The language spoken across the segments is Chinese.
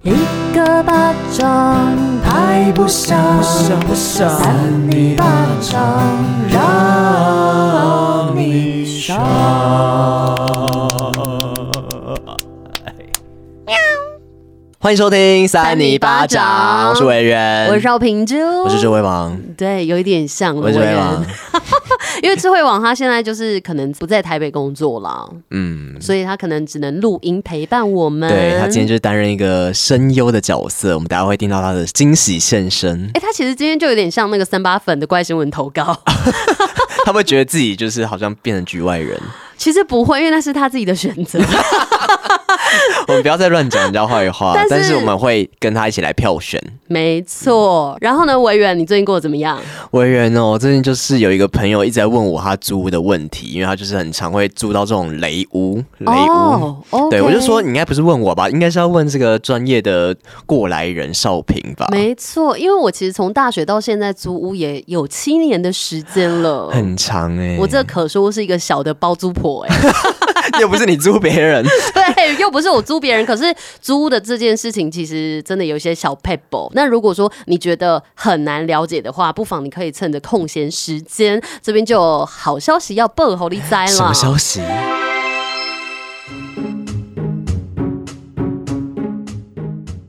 一个巴掌拍不响，哎不想三你巴掌让你伤。欢迎收听三泥泥巴巴掌掌，我是维人，我是邵平珠，我是智慧王，对，有一点像我是智我慧也王，因为智慧网他现在就是可能不在台北工作啦，嗯。所以他可能只能录音陪伴我们。对他今天就。就是担任一个声优的角色，我们大家会听到他的惊喜现身。 哎、他其实今天就有点像那个三八粉的怪新闻投稿，啊他会觉得自己就是好像变成局外人。 其实不会，因为那是他自己的选择。我们不要再乱讲人家坏话，但是但是我们会跟他一起来票选。没错。然后呢，维园，你最近过得怎么样？委员哦，最近就是有一个朋友一直在问我他租屋的问题，因为他就是很常会租到这种雷屋，雷屋。哦，OK 对，我就说你应该不是问我吧，应该是要问这个专业的过来人少平吧。没错，因为我其实从大学到现在租屋也有七年的时间了。很长哎、哦我这可说是一个小的包租婆 哎、又不是你租别 人，对，又不是我租别人，可是租的这件事情其实真的有一些小 pebble。那如果说你觉得很难了解的话，不妨你可以趁着空闲时间，这边就有好消息要报猴力灾什了么。消息？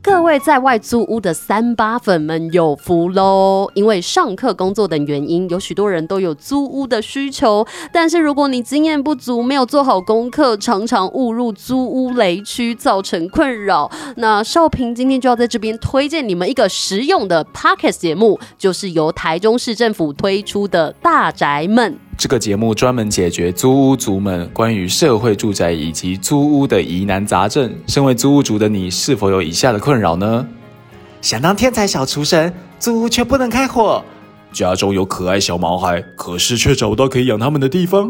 各位在外租屋的三八粉们有福喽！因为上课、工作等原因，有许多人都有租屋的需求。但是如果你经验不足，没有做好功课，常常误入租屋雷区，造成困扰。那少平今天就要在这边推荐你们一个实用的 podcast 节目，就是由台中市政府推出的《大宅们》。这个节目专门解决租屋族们关于社会住宅以及租屋的疑难杂症。身为租屋族的你，是否有以下的困扰呢？想当天才小厨神，租屋却不能开火；家中有可爱小毛孩，可是却找不到可以养它们的地方；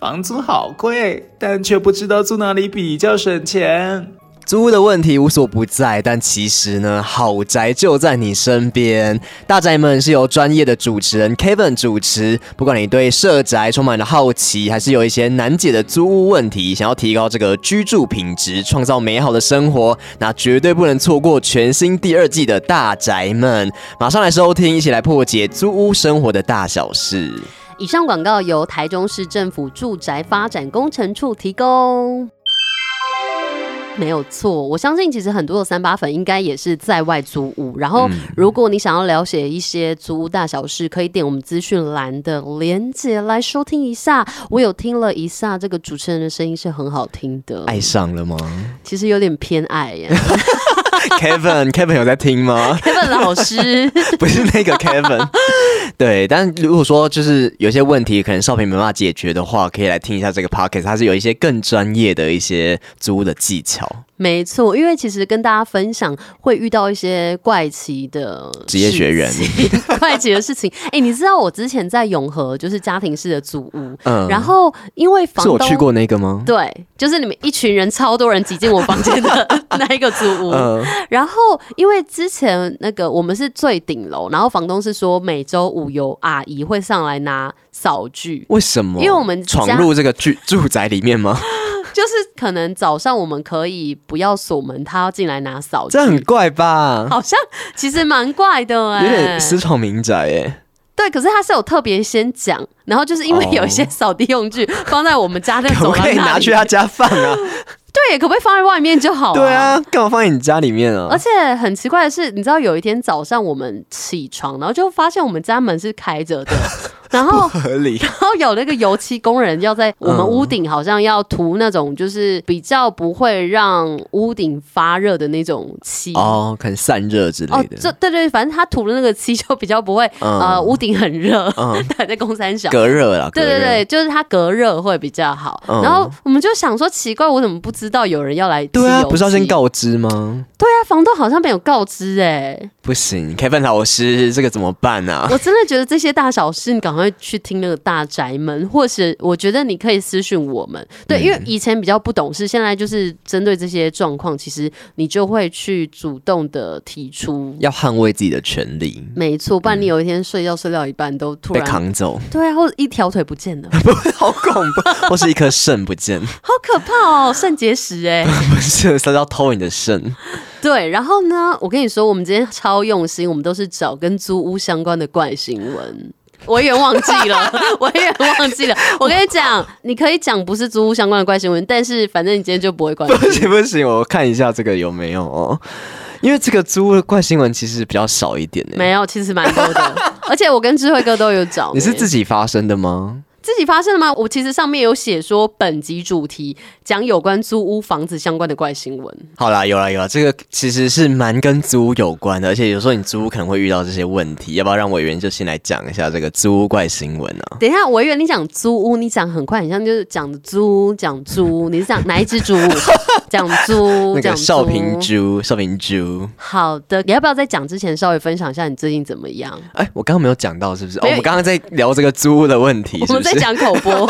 房租好贵，但却不知道住哪里比较省钱。租屋的问题无所不在，但其实呢，好宅就在你身边。大宅们是由专业的主持人 Kevin 主持。不管你对社宅充满了好奇，还是有一些难解的租屋问题，想要提高这个居住品质，创造美好的生活，那绝对不能错过全新第二季的大宅们。马上来收听，一起来破解租屋生活的大小事。以上广告由台中市政府住宅发展工程处提供。没有错，我相信其实很多的三八粉应该也是在外租屋。然后，如果你想要了解一些租屋大小事，可以点我们资讯栏的连接来收听一下。我有听了一下，这个主持人的声音是很好听的，爱上了吗其实有点偏爱耶。 ？Kevin，Kevin 有在听吗？ Kevin 老师，不是那个 Kevin。对，但如果说就是有些问题可能少平没办法解决的话，可以来听一下这个 podcast，它是有一些更专业的一些租屋的技巧。没错，因为其实跟大家分享会遇到一些怪奇的职业学员事情， 怪奇的事情。哎、你知道我之前在永和就是家庭式的租屋，嗯然后因为房是东我去过那个吗？对，就是你们一群人超多人挤进我房间的 那一个租屋，嗯，然后因为之前那个我们是最顶楼，然后房东是说每周五有阿姨会上来拿扫具， 为什么？因为我们家闯入这个住住宅里面 吗？就是可能早上我们可以不要锁门，她要进来拿扫具这。很怪吧？好像其实蛮怪的哎、有点私闯民宅耶、对，可是他是有特别先讲，然后就是因为哦有一些扫地用具放在我们家的可走不廊可以那拿里，去他家放啊？对，可不可以放在外面就好、对。啊，干嘛放在你家里面啊哦而？且很奇怪的是，你知道有一天早上我们起床，然后就发现我们家门是 开着的，然后合理。然后有那个油漆工人要在我们屋嗯顶，好像要涂那种就是比较不会让屋顶发热的那种漆。哦，可能散热之类哦，的，这对对，反正他涂的那个漆就比较不会，嗯呃，屋顶很热，嗯 对，在公山小。隔热啦。对对隔热对，，就是它隔热会比较好。嗯然后我们就想说，奇怪，我怎么不知道有人要来？对啊，不是要先？告知吗？对啊，房东好像没有告知哎、 不行，Kevin 老师，这个怎么办啊？我真的觉得这些大小事，你赶快去听那个大宅门，或是我觉得你可以私讯我们。对，嗯因为以前比较不懂事，现在就是针对这些状况，其实你就会去主动的提出。 要捍卫自己的权利，没错，不然你有一天睡觉睡到一半都突嗯被然扛走，对啊，或者一条腿不见了，好恐怖， 或是一 颗肾不见，好可怕哦，肾结石哎、不是，他要偷你的肾，对，然后呢，我跟你说，我们今天超用心，我们都是找跟租屋相关的怪新闻。我也忘记了， 我也忘记了。我跟你讲，你可以讲不是租屋相关的怪新闻，但是反正你今天就不会 关不心。行不行，我看一下这个有没有哦，因为这个租屋的怪新闻其实比较少一点呢。欸没有，其实蛮多的，而且我跟智慧哥都有 找呢。欸你是自己发生的吗？自己发生的吗？我其实上面有写说，本集主题讲有关租屋、房子相关的怪新闻。好啦，有啦有啦，这个其实是蛮跟租屋有关的，而且有时候你租屋可能会遇到这些问题，要不要让委员就先来讲一下这个租屋怪新闻啊？等一下，我以为你讲租屋，你讲很快，很像就是讲租屋，讲租，你是讲哪一只猪？讲租， 那讲个租少平猪，少平猪，好的，你要不要在讲之前稍微分享一下你最近怎 么样？哎、我刚刚没有讲到是不是？哦，没我有们刚刚在聊这个租屋的问题，是我不们在是？讲口播，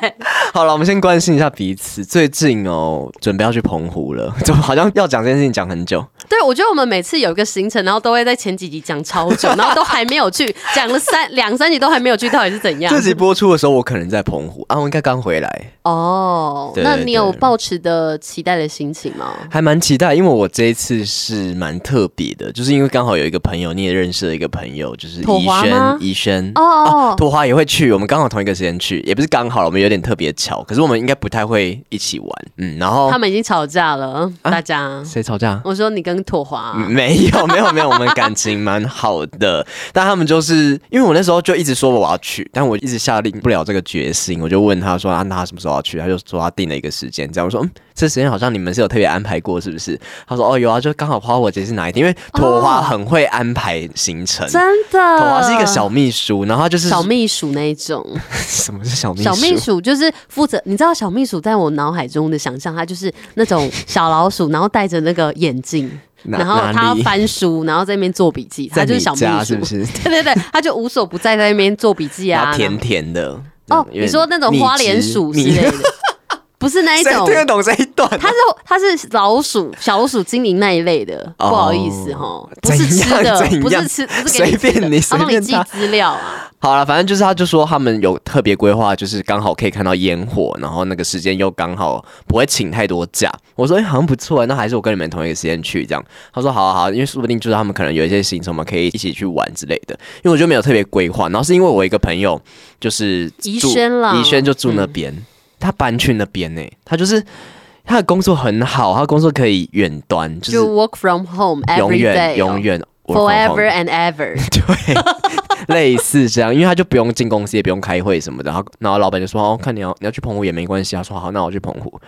对， 好了，我们先关心一下彼此。最近哦，准备要去澎湖了， 怎么好像要讲这件事情讲很久？对，我觉得我们每次有一个行程，然后都会在前几集讲超久，然后都还没有去，讲了三 两三集都还没有去，到底是怎样这？集播出的时候，我可能在澎湖啊，我应该刚回来，哦，对那你有对抱持的期待的心情吗？还蛮期待，因为我这一次是蛮特别的，就是因为刚好有一个朋友，你也认识了一个朋友，就是妥怡华吗轩，怡轩哦哦啊，拓花也会去，我们刚好同一个时间去，也不是刚好了，我们有点特别巧，可是我们应该不太会一起玩，嗯，然后他们已经吵架了，大家。谁吵架？我说你跟妥华，啊嗯 没有，没有，没有，我们感情蛮好的。 但他们就是因为我那时候就一直说我要去，但我一直下定不了这个决心。我就问他说啊，那他什么时候要去？他就说他定了一个时间。这样我说嗯，这时间好像你们是有特别安排过，是不是？他说哦有啊，就刚好花火节是哪一天？因为妥华很会安排行程。哦真的。妥华是一个小秘书，然后他就是小秘书那一种，什么是小秘书？小秘书就是负责，你知道小秘书在我脑海中的想象，他就是那种小老鼠，然后戴着那个眼镜。哪然后他哪里翻书，然后在那边做笔记，他在就是你小秘家书，是不是？ 对对对，他就无所不在，在那边做笔记然 啊后。甜甜的然后哦，有点你说那种蜜花莲汁鼠之蜜类的，不是那一谁种听，得懂这一段啊？它是它是老鼠、小老鼠、精灵那一类的，哦不好意思哈，不怎是吃样的，怎不是样吃，不是给你随吃的便你他帮你随寄便他资料啊。好了，反正就是他就说他们有特别规划，就是刚好可以看到烟火，然后那个时间又刚好不会请太多假。我说哎、诶好像不错、那还是我跟你们同一个时间去这样。他说好啊好啊，因为说不定就是他们可能有一些行程，我们可以一起去玩之类的。因为我就没有特别规划，然后是因为我一个朋友就是宜住轩啦宜轩就住那边，他搬去那边呢、他就是他的工作很好，他工作可以远端，就是就 work from home every 永 day，远永远 work from home。 forever and ever。类似这样，因为他就不用进公司，也不用开会什么的。然后，然后老板就说：“哦，看你要你要去澎湖也没关系。”他说：“好，那我去澎湖。”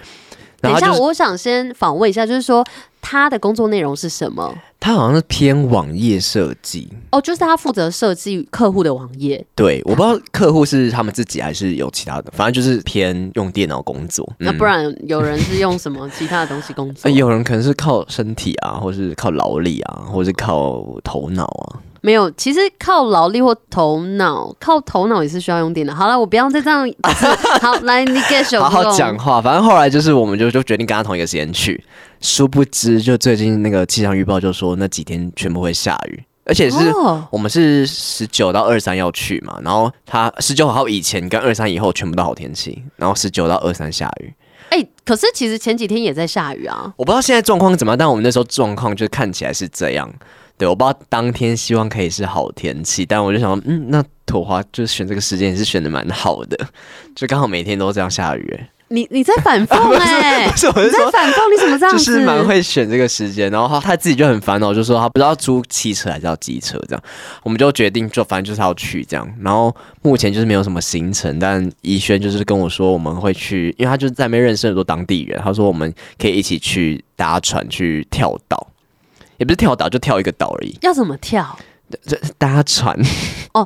然等后一他下，就是我想先访问一下，就是说他的工作内容是什么？他好像是偏网页设计，哦，就是他负责设计客户的网页。对，我不知道客户是他们自己还是有其他的，反正就是偏用电脑工作。那不然有人是用什么其他的东西工作呃？有人可能是靠身体啊，或是靠劳力啊，或是靠头脑啊。没有，其实靠劳力或头脑，靠头脑也是需要用电脑。好了，我不要再这样。 好，来，你给手好好动讲话，反正后来就是我们就就决定跟他同一个时间去，殊不知就最近那个气象预报就说那几天全部会下雨，而且是哦我们是十九到二三要去嘛，然后他十九号以前跟二三以后全部都好天气，然后十九到二三下雨。哎、可是其实前几天也在下雨啊。我不知道现在状况怎么样，但我们那时候状况就看起来是这样。对，我不知道当天希望可以是好天气，但我就想说，嗯，那土花就是选这个时间也是选的蛮好的，就刚好每天都这样下雨、欸你你在 反讽哎、不是我你是说在反讽，你怎么这样就子？是蛮会选这个时间，然后他他自己就很烦恼，就说他不知道租汽车还是要机车这样，我们就决定就反正就是要去这样，然后目前就是没有什么行程，但怡轩就是跟我说我们会去，因为他就是在那边认识很多当地人，他说我们可以一起去搭船去跳岛，也不是跳岛，就跳一个岛而已，要怎么跳？这搭船，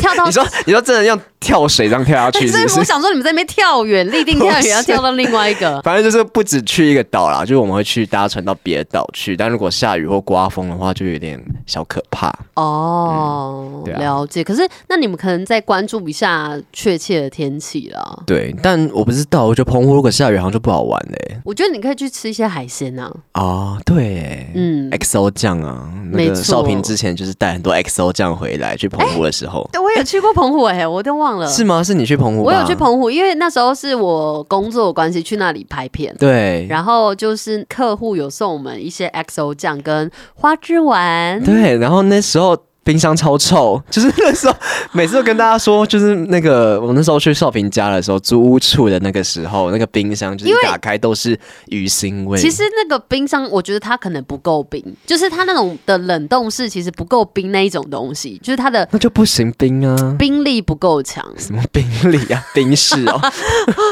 跳到你说你说真的要跳水这样跳下哎去所是以不是？我想说，你们在那边跳远，立定跳不是远要跳到另外一个。 反正就是不止去一个岛啦，就是我们会去搭船到别的岛去，但如果下雨或刮风的话，就有点小可怕。哦 嗯、对啊了解。可是那你们可能再关注一下确切的天气啦。对，但我不知道，我觉得澎湖如果下雨好像就不好玩嘞、我觉得你可以去吃一些海鲜呐、啊。哦，对，嗯嗯，XO 酱啊，那没个错少平之前就是带很多 XO 酱回来去澎湖的时候，对，我有去过澎湖哎、我都忘了。是吗？是你去澎湖？我有去。澎湖，因为那时候是我工作的关系去那里拍片。对，然后就是客户有送我们一些 XO 酱跟花枝丸，对，然后那时候冰箱超臭，就是那时候每次都跟大家说，就是那个我那时候去少平家的时候，租屋处的那个时候，那个冰箱就是因为打开都是鱼腥味。其实那个冰箱，我觉得它可能不够冰，就是它那种的冷冻室其实不够冰那一种东西，就是它的那就不行冰啊，冰力不够强。什么冰里啊，冰室哦，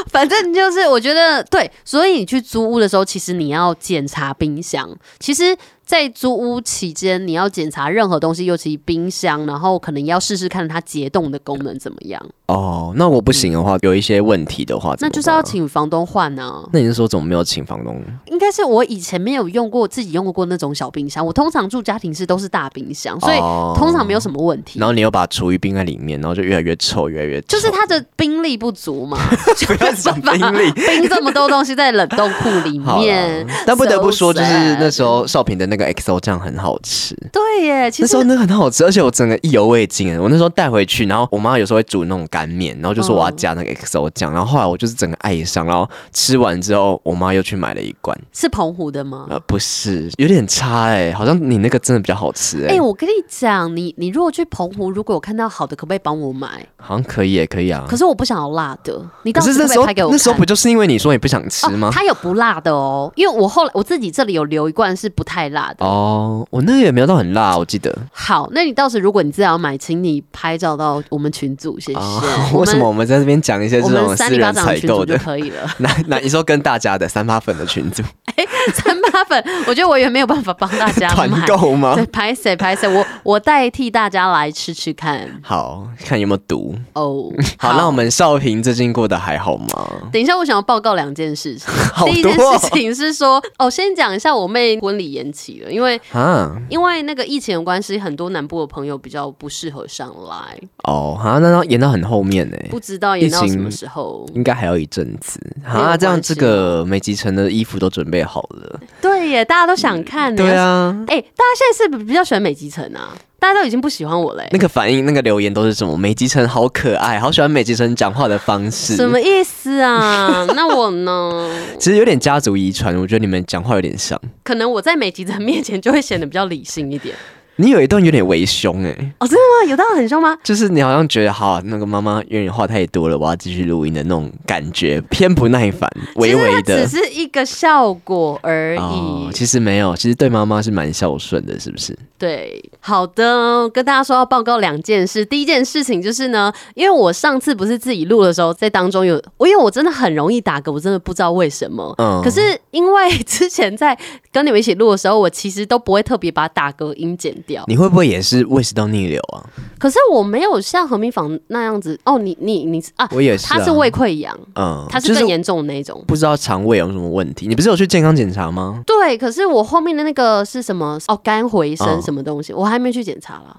反正就是我觉得对，所以你去租屋的时候，其实你要检查冰箱。其实，在租屋期间，你要检查任何东西，尤其冰箱，然后可能要试试看它解冻的功能怎么啊样。哦，那我不行的话，有一些问题的话，嗯那就是要。请房东换啊。啊那你是说怎么没有请房东？应该是我以前没有用过自己用过那种小冰箱，我通常住家庭式都是大冰箱，所以哦通常没有什么问题。然后你又把厨余冰在里面，然后就越来越臭，越来越臭。就是它的冰力不 足嘛，就不要是讲把冰力冰这么多东西在冷冻库里好面啦。但不得不说， so 就是那 sad 时候少平的那个 XO 酱很好吃。对耶，其那时候实那个很好吃，而且我整个意犹未尽。我那时候带回去，然后我妈有时候会煮那种干面，然后就说我要加那个 XO 酱，然后后来我就是整个爱上，然后吃完之后，我妈又去买了一罐。是澎湖的吗？呃，不是，有点差哎、好像你那个真的比较好吃哎、哎、我跟你讲，你你如果去澎湖，如果有看到好的，可不可以帮我买？好像可以哎、可以啊。可是我不想要辣的，你可到时是那候时候拍给我那时候看不。就是因为你说你不想吃哦吗，？它有不辣的哦，因为我后来我自己这里有留一罐是不太辣的。哦，我那个也没有到很辣，我记得。好，那你到时如果你自己要买，请你拍照到我们群组，谢谢。哦，我 为什们么我们在这边讲一些我这们种三私里八人掌采群购组就的？可以了。 那那你说跟大家的三八粉的 群组三八粉，我觉得我也没有办法帮大 家团买。购啊吗对，？拍谁拍谁，我我代替大家来吃吃看好看有没有毒。哦。 好，那我们少平最近过得还好吗？等一下，我想要报告两件事情。 好多哦第一件事情是说，哦，先讲一下我妹婚礼延期了，因为啊，因为那个疫情的关系，很多南部的朋友比较不适合上来，哦，哈，那要演到很后面呢、不知道延到疫情什么时候。应该还要一阵子没有关啊，系这样这个美吉城的衣服都准备好了。对耶，大家都想看、对，啊，哎、大家现在是比较喜欢美吉城啊，大家都已经不喜欢我嘞、那个反应、那个留言都是什么？美吉城好可爱，好喜欢美吉城讲话的方式。什么意思啊？ 那我呢？其实有点家族遗传，我觉得你们讲话有点欸像。可能我在美吉城面前就会显得比较理性一点。你有一段有点为凶哎、 哦，真的吗？有到很凶吗？就是你好像觉得好，那个妈妈有点话太多了，我要继续录音的那种感哦觉，偏不耐烦，其微实它微的哦只。是一个效果而已。其实没有，其实对妈妈是蛮孝顺的，是不是？对，好的，跟大家说要报告两件事。第一件事情就是呢，因为我上次不是自己录的时候，在当中有，我因为我真的很容易打嗝，我真的不知道为什么。嗯可是因为之前在跟你们一起录的时候，我其实都不会特别把打嗝音剪掉。你会不会也是胃食道逆流啊？可是我没有像何明坊那样子。哦，你你你啊，我也是、啊，他是胃，溃疡，嗯他是更严重的那种。不知道肠胃有什么问题。你不是有去健康检查吗？对，可是我后面的那个是什么？哦，肝回嗯声什么东西，我还没去检查啦。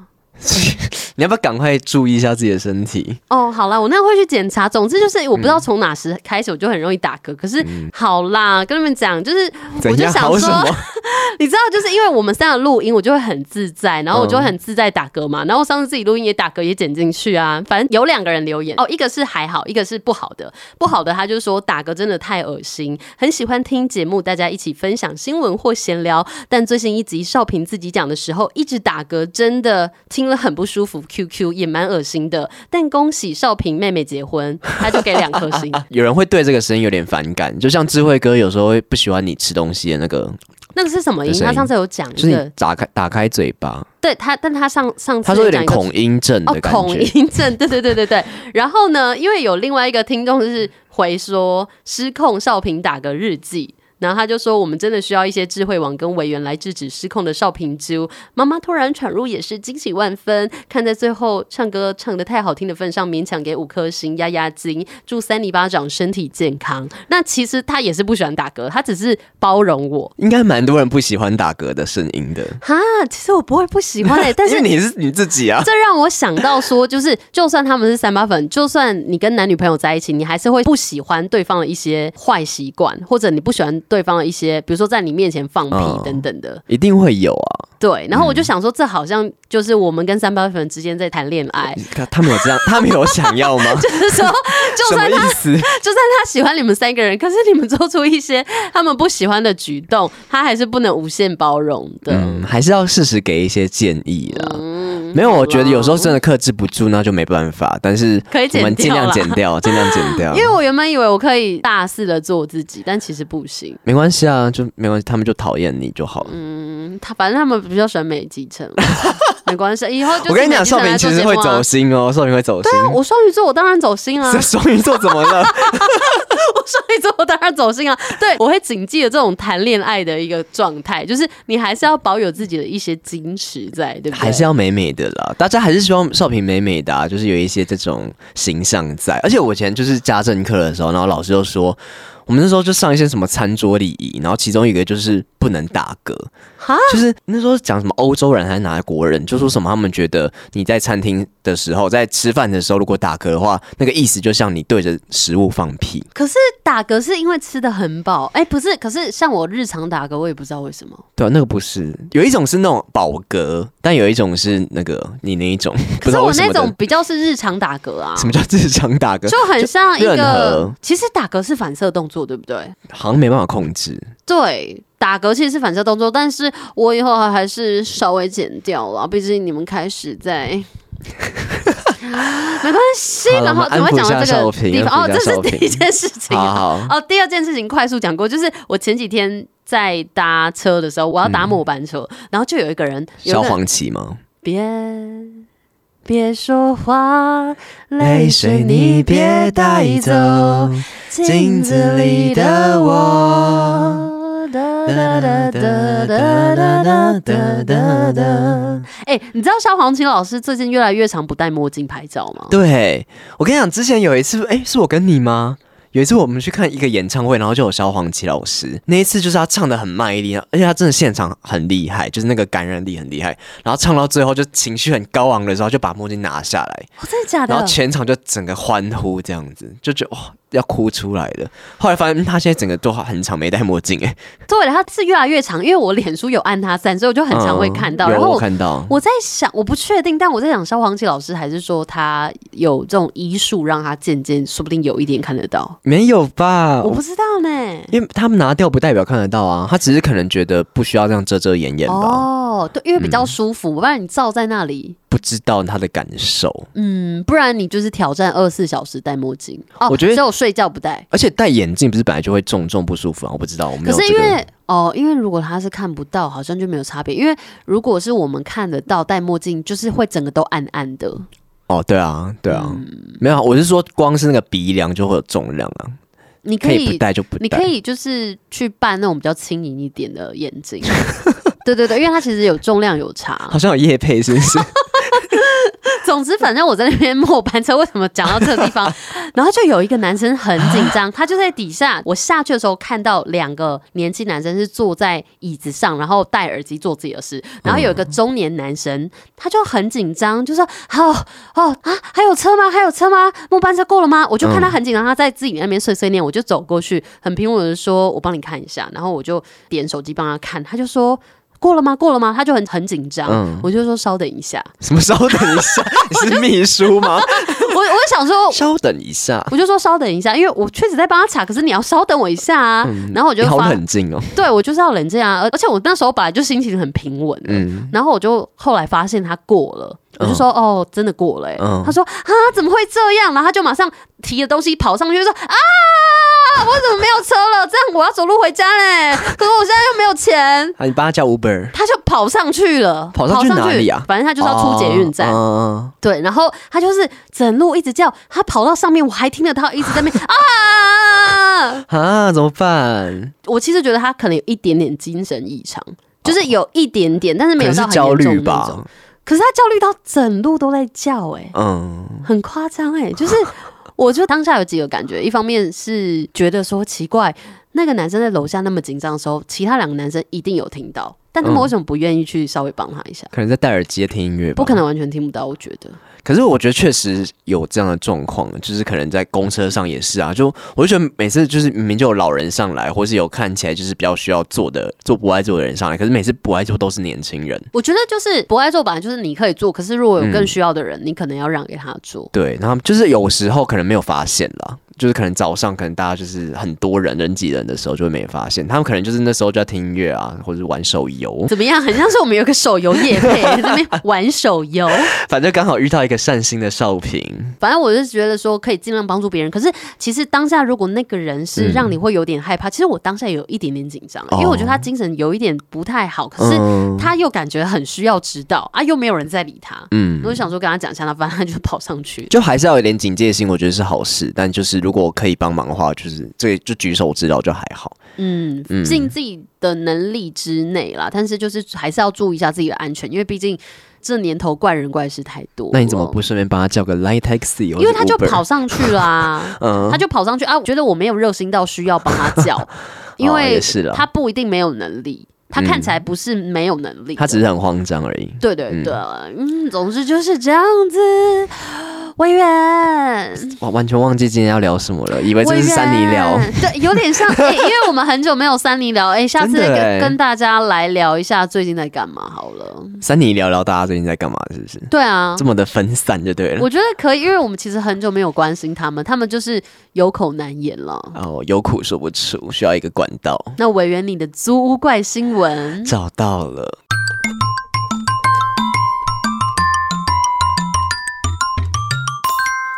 你要不要赶快注意一下自己的身体？哦，好啦，我那会去检查。总之就是，我不知嗯道从哪时开始我就很容易打嗝。可是好啦，跟你们讲，就是我怎就样？想好什说，么？ 你知道，就是因为我们三个录音，我就会很自在，然后嗯我就会很自在打嗝嘛。然后上次自己录音也打嗝，也剪进去啊。反正有两个人留嗯言哦，一个是还好，一个是不好的。不好的他就说打嗝真的太恶心，很喜欢听节目，大家一起分享新闻或闲聊，但最新一集少平自己讲的时候一直打嗝，真的听了很不舒服。QQ 也蛮恶心的，但恭喜少平妹妹结 婚，他就给两颗星。有人会对这个声音有点反感，就像智慧哥有时候会不喜欢你吃东西的那个，那个是什么音？他上次有讲，就是你对，打开打开嘴巴，对他，但他上上次他说有讲点一个恐音症哦的，感恐觉。音症， 对对对对对。然后呢，因为有另外一个听众就是回说失控少平打个日记。然后他就说：“我们真的需要一些智慧网跟委员来制止失控的少平啾。妈妈突然闯入也是惊喜万分，看在最后唱歌唱得太好听的份上，勉强给五颗星压压惊。祝三里巴掌身体健康。那其实他也是不喜欢打嗝，他只是包容我。应该蛮多人不喜欢打嗝的声音的，哈，其实我不会不喜欢、 欸，但是 因为你是你自己啊。 这让我想到说，就是就算他们是三八粉，就算你跟男女朋友在一起，你还是会不喜欢对方的一些坏习惯，或者你不喜欢对方的一些，比如说在你面前放嗯屁等等的。一定会有啊。对，然后我就想说，这好像就是我们跟三八粉之间在谈恋爱，他他们有这 样，他们有想要吗？就是说，就什么算他意思？就算他喜欢你们三个人，可是你们做出一些他们不喜欢的举动，他还是不能无限包容的。嗯，还是要适时给一些建议啦。嗯没有，我觉得有时候好啦真的克制不住，那就没办法。但是可以我们剪尽掉量啦减 掉，尽量减掉。因为我原本以为我可以大肆的做我自己，但其实不行。没关系啊，就没关系，他们就讨厌你就好了。嗯，他反正他们比较喜欢美籍城，啊没关系。以后就是我跟你讲，美籍少城平来其做实节会目啊走。心哦，少平会走心。对啊，我双鱼座，我当然走心 啊这！双鱼座怎么了？我双鱼座，我当然走心啊！对，我会谨记着这种谈恋爱的一个状态，就是你还是要保有自己的一些矜持在，对不对？还是要美美的啦，大家还是希望少平美美的、啊，就是有一些这种形象在。而且我以前就是家政课的时候，然后老师就说，我们那时候就上一些什么餐桌礼仪，然后其中一个就是不能打嗝，哈就是那时候讲什么欧洲人还是哪国人，就说什么他们觉得你在餐厅的时候，在吃饭的时候如果打嗝的话，那个意思就像你对着食物放屁。可是打嗝是因为吃的很饱，哎、不是，可是像我日常打嗝，我也不知道为什么。对啊，那个不是，有一种是那种饱嗝，但有一种是那个你那一种， 不可知是道我为什那么的种比较是日常打嗝啊什，么叫日常打嗝？就很像一任个何，其实打嗝是反射动作，对不对？好像没办法控制。对，打嗝其实是反射动作，但是我以后还是稍微剪掉了，毕竟你们开始在。 没关系，好了然后我们怎么会讲到安抚一下这少个平地方？哦，安抚一这下是少平第一件事情、啊。好好哦，第二件事情快速讲过，就是我前几天在搭车的时候，我要搭末班车，然后就有一个人，有消一个嗯人黄旗吗？别别说话，泪水泪水你你别带别带走走，，镜镜子子里里的的我我。哎、你知道萧煌奇老师最近越来越常不戴墨镜拍照吗？对我跟你讲，之前有一次，哎、是我跟你吗？有一次我们去看一个演唱会，然后就有萧煌奇老师。那一次就是他唱的很卖力，而且他真的现场很厉害，就是那个感染力很厉害。然后唱到最后就情绪很高昂的时候，就把墨镜拿下来，哦真的假然的后？全场就整个欢呼，这样子就觉得哇要哭出来了。后来发现、嗯他现在整个都很长没戴墨镜、哎，对，他是越来越长，因为我脸书有按他赞，所以我就很常会看到。嗯有然后我看到，我在想，我不确定，但我在想，萧煌奇老师还是说他有这种医术，让他渐渐说不定有一点看得到，没有吧？我我不知道呢。因为他们拿掉不代表看得到啊，他只是可能觉得不需要这样遮遮掩掩吧，哦，对，因为比嗯较舒服，不然你照在那里，不知道他的感受。嗯，不然你就是挑战二十四小时戴墨镜。哦，我觉得只有睡觉不戴。而且戴眼镜不是本来就会重重不舒服啊？我不知道，我没可有是这因个。为哦，因为如果他是看不到，好像就没有差别。因为如果是我们看得到戴墨镜，就是会整个都暗暗的。哦，对啊，对啊，嗯没有啊，我是说光是那个鼻梁就会有重量啊，你可可以不以，戴就不戴。你可以就是去办那种比较轻盈一点的眼镜。 对对对，因为它其实有重量有 差好。像有叶配是不 是？总之，反正我在那边末班车，为什么讲到这个地方？然后就有一个男生很紧张，他就在底下。我下去的时候看到两个年轻男生是坐在椅子上，然后戴耳机做自己的事。然后有一个中年男生，他就很紧张，就说：“哦哦啊，还有车吗？还有车吗？末班车够了吗？”我就看他很紧张，他在自己那边碎碎念，我就走过去，很平稳的说：“我帮你看一下。”然后我就点手机帮他看，他就说。过了吗？过了吗？他就很很紧张，嗯我就说稍等一下， 什么稍等一下？你是秘书吗？我我想说，稍等一下，我就说稍等一下，因为我确实在帮他查，可是你要稍等我一下啊。然后我就嗯你好发，冷静哦。对我就是要冷静啊，而而且我那时候本来就心情很平稳，嗯，然后我就后来发现他过了。我就说、哦，真的过了、欸。嗯他说啊，怎么会这样？然后他就马上提着东西跑上去就说啊，我怎么没有车了？这样我要走路回家嘞。 可是我现在又没有钱，啊，你帮他叫 Uber，他就跑上去了。跑上去哪里啊反正他就是要出捷运站。哦对，然后他就是整路一直叫，他跑到上面，我还听得到他一直在那边嗯啊。嗯啊，怎么办？我其实觉得他可能有一点点精神异常，就是有一点点，但是可没有能是到很焦严重虑的那种吧。。可是他焦虑到整路都在叫、欸，嗯，很夸张哎，就是我就当下有几个感觉，一方面是觉得说奇怪，那个男生在楼下那么紧张的时候，其他两个男生一定有听到。但他们嗯为什么不愿意去稍微帮他一下？可能在戴耳机听音乐吧，不可。能完全听不到，我觉得。可是我觉得确实有这样的状况，就是可能在公车上也是啊，就我就觉得每次就是明明就有老人上来，或是有看起来就是比较需要坐的坐不爱坐的人上来，可是每次不爱坐都是年轻人。我觉得就是不爱做，本来就是你可以做，可是如果有嗯更需要的人，你可能要让给他做。对，然后就是有时候可能没有发现啦，就是可能早上可能大家就是很多人人挤人的时候就会没发现，他们可能就是那时候就在听音乐啊，或者是玩手游，怎么样？很 像是我们有个手游夜配在那边玩手 游。反正刚好遇到一个善心的少平，反正我是觉得说可以尽量帮助别人，可是其实当下如果那个人是嗯哦让你会有点害怕，其实我当下有一点点紧张，啊因为我觉得他精神有一点不太好，可是嗯他又感觉很需要指导啊，又没有人在理他。嗯我就想说跟他讲一下，他反正他就跑上去。就还是要有点警戒心，我觉得是好事。但就是如果可以帮忙的话，就是这就举手之劳就还好。嗯，嗯尽自己的能力之内啦，但是就是还是要注意一下自己的安全，因为毕竟这年头怪人怪事太多。那你怎么？不顺便帮他叫个 Light Taxi？因为他就跑，上去啦、 嗯他就跑上去啊！我觉得我没有热心到需要帮他 叫，因为哦也是啦他不一定没有能力，他看起来不是没有能力的，他只是很慌张而已。对对对，嗯，总之就是这样子。委员，我完全忘记今天要聊什么了，以为这嗯委是员三尼聊。 对，有 点像，哎因为我们很久没有三尼聊，哎、下次真的跟哎跟大家来聊一下最近在干嘛好了。三尼聊聊大家最近在干嘛，是不是？对啊这，么的分散就对了我。觉得可以，因为我们其实很久没有关心他们，他们就是有口难言了。哦，有苦说不出，需要一个管道，那委员，你的租屋怪新 闻，找到了。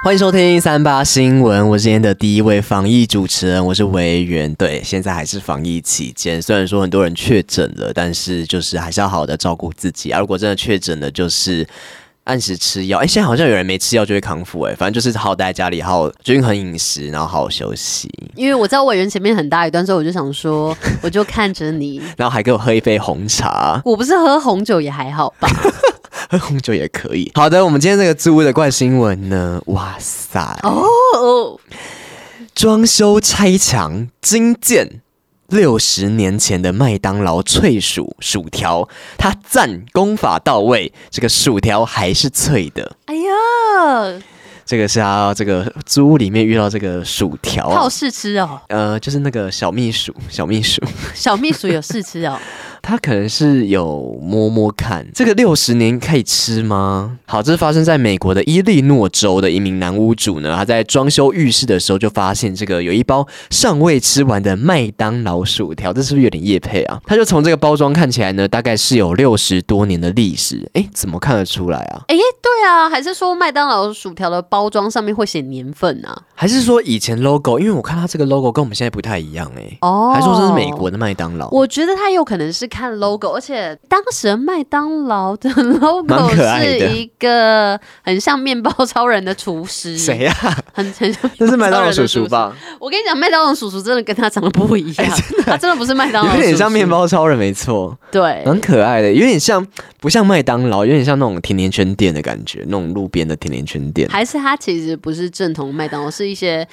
欢迎收听三八新闻，我是今天的第一位防疫主持人，我是维园。对，现在还是防疫期间，虽然说很多人确诊了，但是就是还是要好好的照顾自己啊。如果真的确诊了，就是按时吃药。哎、现在好像有人没吃药就会康复，哎，反正就是好好待在家里，好好均衡饮食，然后好好休息，因为我知道委员前面很大一段，所以我就 想说，我就看着你。然后还给我喝一杯红茶。我不是喝红酒也还好 吧？喝红酒也可以。好的，我们今天这个租屋的怪新闻呢，哇塞，哦，装修拆墙惊见。六十年前的麦当劳脆薯薯条，它赞功法到位，这个薯条还是脆的。哎呀，这个是他这个租屋里面遇到这个薯条、他有啊，试吃哦，呃，就是那个小秘书，小秘书，小秘书有试吃哦。他可能是有摸摸看，这个六十年可以吃吗？好，这是发生在美国的伊利诺州的一名男屋主呢，他在装修浴室的时候就发现这个有一包尚未吃完的麦当劳薯条，这是不是有点夜配啊？他就从这个包装看起来呢，大概是有六十多年的历史，诶，怎么看得出来啊？哎、对啊，还是说麦当劳薯条的包装上面会写年份啊？还是说以前 logo？因为我看他这个 logo 跟我们现在不太一样诶，哦，还说这是美国的麦当劳，我觉得他有可能是看 logo，而且当时麦当 劳的 logo 蛮可爱的是一个很像面包超人的厨师，谁呀、很很像这是麦当面包超劳人叔的叔厨师？吧？哎我跟你讲，麦当劳叔叔真的跟他长得不一样，他真的不是麦当劳，有点像面，包超人，没错。对，蛮可爱的，有点像不像麦当劳，有点像那种甜甜圈店的感觉，那种路边的甜甜圈店。还是他其实不是正统麦当劳，是一些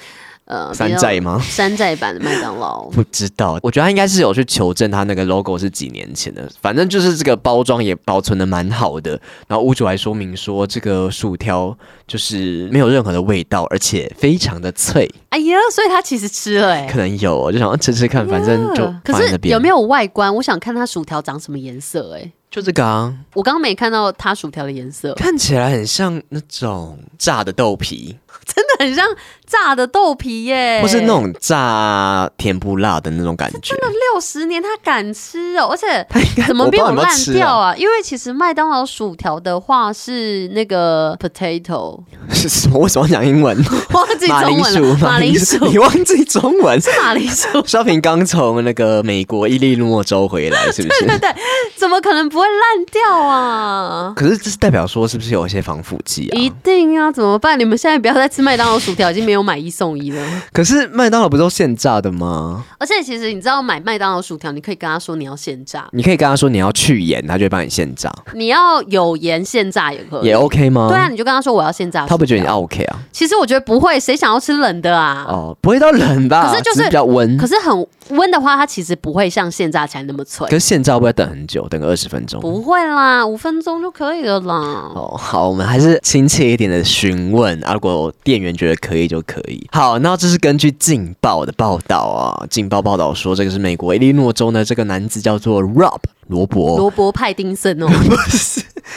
呃山寨吗。比较山寨版的麦当劳不知道，我觉得他应该是有去求证他那个 logo 是几年前的，反正就是这个包装也保存的蛮好的。然后屋主还说明说，这个薯条就是没有任何的味道，而且非常的脆，哎呀，所以他其实吃了哎、可能有，哦我就想要吃吃看，反正就可放在是那边有没有外观？我想看他薯条长什么颜色哎、就这个啊，我刚刚没看到他薯条的颜色， 看起来很像那种炸的豆皮，真的很像炸的豆皮耶、或是那种炸甜不辣的那种感觉。六十年他敢吃哦，而且他应该 怎么我不没知道有没有烂吃掉啊？啊？因为其实麦当劳薯条的话是那个 potato， 是什么？为什么要讲英 文？忘记马中铃文了 薯，，马铃薯你忘记中文？ ，是马铃薯 烧平刚从那个美国伊利诺州回来，是不对是？对，怎么可能不会烂掉啊？可是这是代表说，是不是有一些防腐剂一啊？定啊，怎么办？你们现在不要再吃麦当劳薯条，已经没有买一送一了。可是麦当劳不都现炸的吗？而且其实你知道，买麦当劳薯条，你可以跟他说你要现炸， 你可以跟他说你要去盐，他就会帮你现炸，你要有盐现炸也可以。也 OK 吗？对啊，，你就跟他说我要现炸。他会不会觉得你？OK 啊？其实我觉得不会，谁想要吃冷的啊？哦，不会到冷吧？可是就是只比较温可。是很温的话，它其实不会像现榨起来那么脆可，是现在会不会等很久？等个二十分钟？不会啦，五分钟就可以了啦。哦，好，我们还是亲切一点的询问，啊，如果店员觉得可以就可以。好，那这是根据《劲爆》的报道啊，《劲爆》报道说，这个是美国伊利诺州呢，这个男子叫做 Rob 罗伯。罗伯派丁 森哦，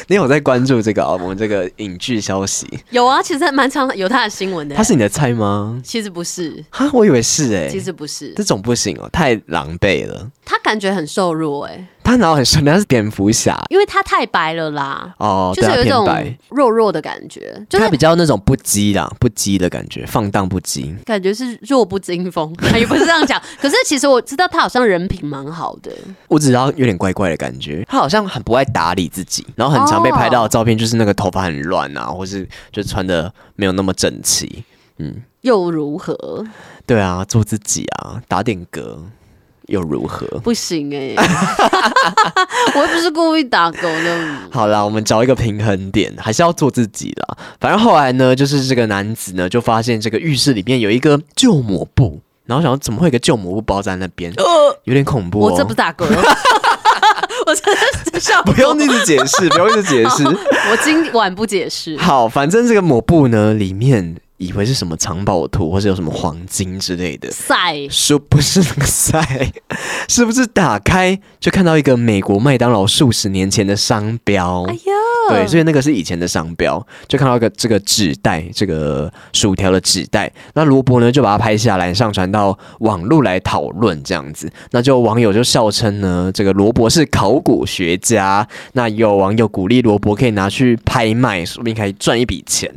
你有在关注这个、啊、我们这个影剧消息？有啊，其实还蛮常有他的新闻的。他是你的菜吗？其实不是，哈，我以为是哎、其实不是这，种不行哦，太狼狈了。他感觉很瘦弱哎、他脑很深，他是蝙蝠侠因为他太白了啦，哦，就是对啊有一偏种白弱弱的感觉，就他是比较那种不羁啦，不羁的感觉，放荡不羁。感觉是弱不禁风， 也不是这样讲。可是其实我知道他好像人品蛮好的，我只知道有点怪怪的感觉，他好像很不爱打理自己，然后很常被拍到的照片就是那个头发很乱哦啊，或是就穿的没有那么整齐。又如何？对啊，做自己啊，打点嗝又如何？不行哎、 我又不是故意打狗的。好啦，我们找一个平衡点，还是要做自己啦。反正后来呢，就是这个男子呢，就发现这个浴室里面有一个旧抹布，然后想说怎么会有一个旧抹布包在那边，有点恐怖、哦。呃我这不是打狗， 我真的是 笑不用一直解释，不用一直解释。我今晚不解释。好，反正这个抹布呢，里面以为是什么藏宝图，或是有什么黄金之类的，赛殊不是那个塞，是不是打开就看到一个美国麦当劳数十年前的商标？哎呦，对，所以那个是以前的商标，就看到一个这个纸袋，这个薯条的纸袋。那罗伯呢就把它拍下来，上传到网络来讨论这样子。那就网友就笑称呢，这个罗伯是考古学家。那有网友鼓励罗伯可以拿去拍卖，说不定可以赚一笔钱。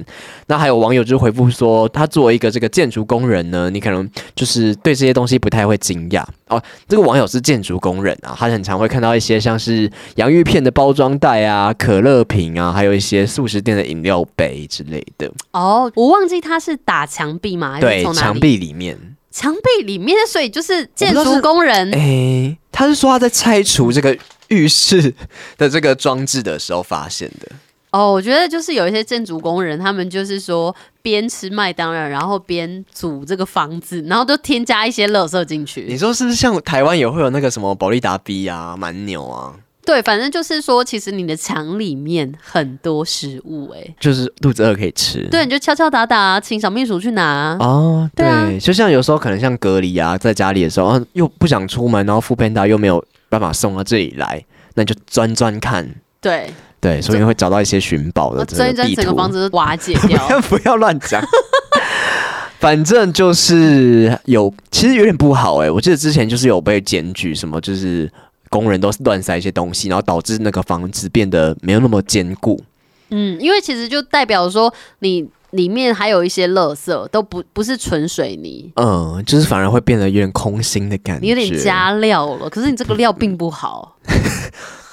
那还有网友就回复说，他作为一个这个建筑工人呢，你可能就是对这些东西不太会惊讶哦。这个网友是建筑工人啊，他很常会看到一些像是洋芋片的包装袋啊、可乐瓶啊，还有一些素食店的饮料杯之类的，哦，我忘记他是打墙壁吗？还是对，从哪里墙壁里面。墙壁里面，所以就是建我不知道筑是工人哎、他是说他在拆除这个浴室的这个装置的时候发现的。哦。我觉得就是有一些建筑工人，他们就是说边吃麦当劳，然后边组这个房子，然后都添加一些垃圾进你去。说是不是像台湾也会有那个什么保利达 B 啊、蛮牛啊，对，反正就是说，其实你的墙里面很多食物、哎，就是肚子饿可以吃？对，你就敲敲打打，请小秘书去拿。哦，对，对啊就像有时候可能像隔离啊，在家里的时候，啊又不想出门，然后副 panda 又没有办法送到这里来，那你就钻钻看，对，对，所以会找到一些寻宝的我这所以个这地整个图。房子都瓦解 不要掉。不要乱讲。反正就是有，其实有点不好哎、我记得之前就是有被检举，什么就是工人都乱塞一些东西，然后导致那个房子变得没有那么坚固。嗯，因为其实就代表说你里面还有一些垃圾，都不不是纯水泥，嗯，就是反而会变得有点空心的感觉。你有点加料了，可是你这个料并 不好，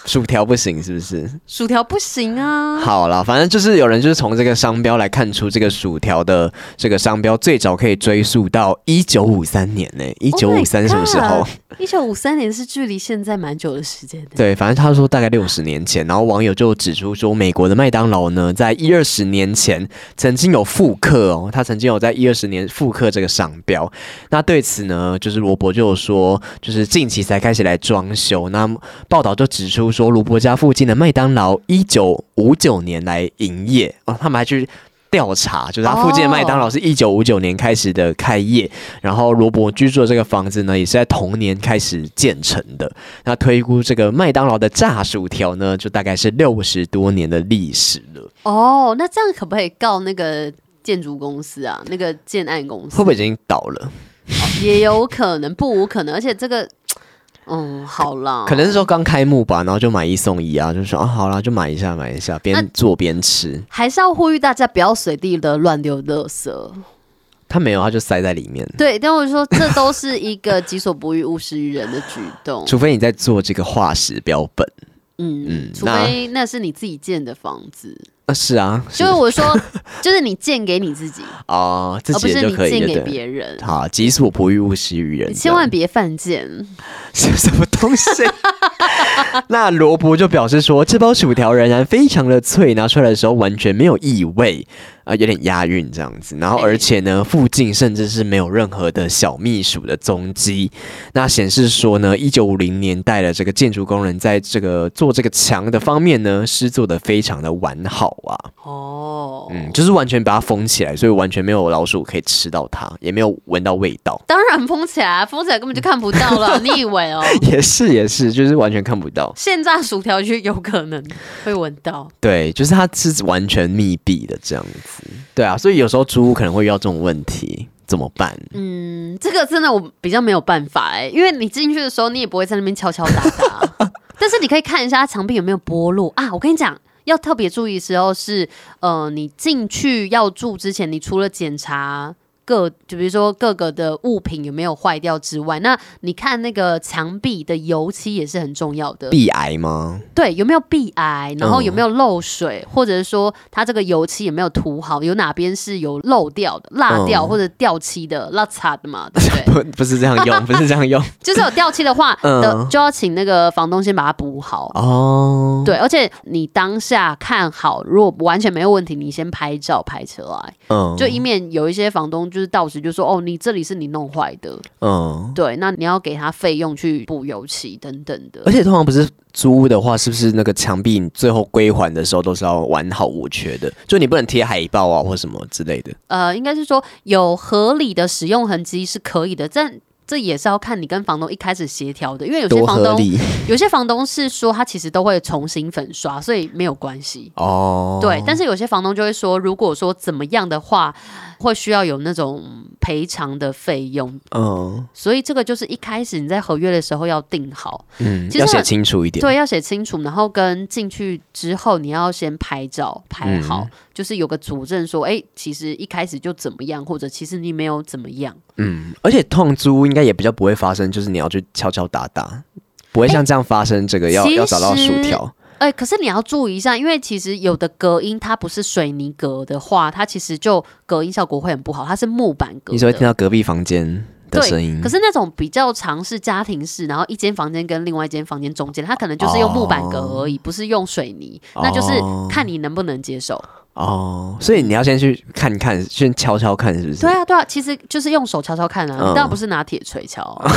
薯条不行是不是？薯条不行啊。好啦，反正就是有人就是从这个商标来看出这个薯条的这个商标最早可以追溯到一九五三年呢、一九五三什么时候？一九五三年是距离现在蛮久的时间的。对，反正他说大概六十年前，然后网友就指出说，美国的麦当劳呢，在一二十年前曾经有复刻哦，他曾经有在一二十年复刻这个商标。那对此呢，就是罗伯就有说，就是近期才开始来装修。那报道就指出说，罗伯家附近的麦当劳一九五九年来营业哦，他们还去。调查就是他附近的麦当劳是一九五九年开始的开业然后罗伯居住的这个房子呢，也是在同年开始建成的。那推估这个麦当劳的炸薯条呢，就大概是六十多年的历史了。哦，那这样可不可以告那个建筑公司啊？那个建案公司会不会已经倒了？也有可能，不无可能。而且这个，嗯，好啦，可能是说刚开幕吧，然后就买一送一啊，就说啊，好啦，就买一下，买一下，那边做边吃。还是要呼吁大家不要随地的乱丢垃圾。他没有，他就塞在里面。对，但我说这都是一个己所不欲，勿施于人的举动。除非你在做这个化石标本，嗯，除那非那是你自己建的房子。呃是啊，是就是我说，就是你建给你 自己，哦，自而不己是人你就可以建了，给对。别人。好，己所不欲，勿施于人。你千万别犯贱，是 什么东西？那罗伯就表示说，这包薯条仍然非常的脆，拿出来的时候完全没有异味，啊、有点押韵这样子。然后哎而且 呢，附近甚至是没有任何的小秘鼠的踪迹。那显示说呢，一九五零年代的这个建筑工人在这个做这个墙的方面呢，施做的非常的完好啊，哦。嗯，就是完全把它封起来，所以完全没有老鼠可以吃到它，也没有闻到味道。当然封起来，封起来根本就看不到了。你以为哦？ 也是也是，就是完全看不到。现炸薯条就有可能会闻到。对，就是它是完全密闭的这样子。对啊，所以有时候租屋可能会遇到这种问题，怎么办？嗯，这个真的我比较没有办法哎、因为你进去的时候你也不会在那边敲敲打打，但是你可以看一下它墙壁有没有剥落啊。我跟你讲。要特别注意的时候是，呃，你进去要住之前，你除了检查各，就比如说各个的物品有没有坏掉之外，那你看那个墙壁的油漆也是很重要的。壁癌吗？对，有没有壁癌，然后嗯有没有漏水，或者是说它这个油漆有没有涂好，有哪边是有漏掉的、落掉、嗯或者掉漆的、落擦的嘛，对 不对？不，不是这样 用，不是这样用就是有掉漆的 话，嗯的就要请那个房东先把它补好。 哦。对，而且你当下看好，如果完全没有问题，你先拍照拍起来，嗯就以免有一些房东就是到时就说哦，你这里是你弄坏的，嗯，对，那你要给他费用去补油漆等等的而。且通常不是租屋的话，是不是那个墙壁你最后归还的时候都是要完好无缺的？就你不能贴海报啊或什么之类的。呃，应该是说有合理的使用痕迹是可以的，但这也是要看你跟房东一开始协调的，因为有些多房合东理有些房东是说他其实都会重新粉刷，所以没有关系。哦，对，但是有些房东就会说，如果说怎么样的话，会需要有那种赔偿的费用，嗯所以这个就是一开始你在合约的时候要定好，嗯，其实要写很清楚一点。对，要写清楚，然后跟进去之后你要先拍照嗯拍好，就是有个佐证说，哎、其实一开始就怎么样，或者其实你没有怎么样。嗯，而且痛租应该也比较不会发生，就是你要去敲敲打打，不会像这样发生这个要、其实要找到薯条。哎、可是你要注意一下，因为其实有的隔音它不是水泥隔的话，它其实就隔音效果会很不好，它是木板隔你只会听的。到隔壁房间的声音对，可。是那种比较常是家庭式，然后一间房间跟另外一间房间中间，它可能就是用木板隔而已，不是用水泥，那就是哦看你能不能接受。哦，所以你要先去看看，先敲敲看，是不是？对啊，对啊，其实就是用手敲敲看啊，嗯你当然不是拿铁锤敲啊、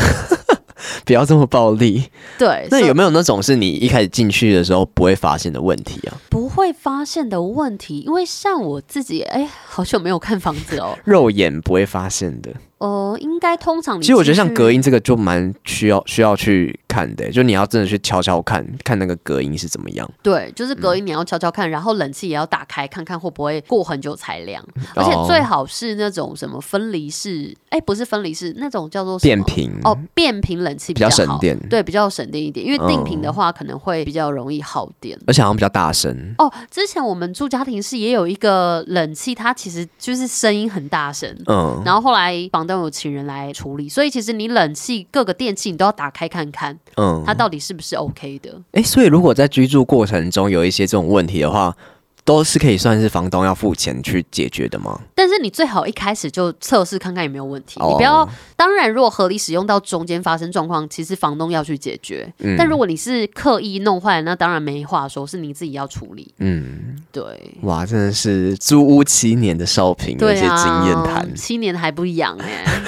不要这么暴力。对，那所以有没有那种是你一开始进去的时候不会发现的问题啊？不会发现的问题？因为像我自己，哎，好久没有看房子哦。肉眼不会发现的。 呃，应该通常你其实我觉得进像去隔音这个就蛮需要需要去看的、欸就你要真的去敲敲看看那个隔音是怎么样。对，就是隔音你要敲敲看，然后冷气也要打开，看看会不会过很久才凉。而且最好是那种什么分离式，哎，不是分离式，那种叫做什变么频哦，变频冷气较比较好省电对，比较省电一点，因为定频嗯的话可能会比较容易耗电。而且好像比较大声。哦，之前我们住家庭式也有一个冷气，它其实就是声音很大声。嗯，然后后来房东有请人来处理，所以其实你冷气各个电器你都要打开看看，嗯它到底是不是 OK 的。哎，所以如果在居住过程中有一些这种问题的话，都是可以算是房东要付钱去解决的吗？但是你最好一开始就测试看看有没有问题，哦你不要。当然，如果合理使用到中间发生状况，其实房东要去解决。嗯但如果你是刻意弄坏，那当然没话说，是你自己要处理。嗯，对，哇，真的是租屋七年的少平有一对些经验啊谈，，七年还不养 哎、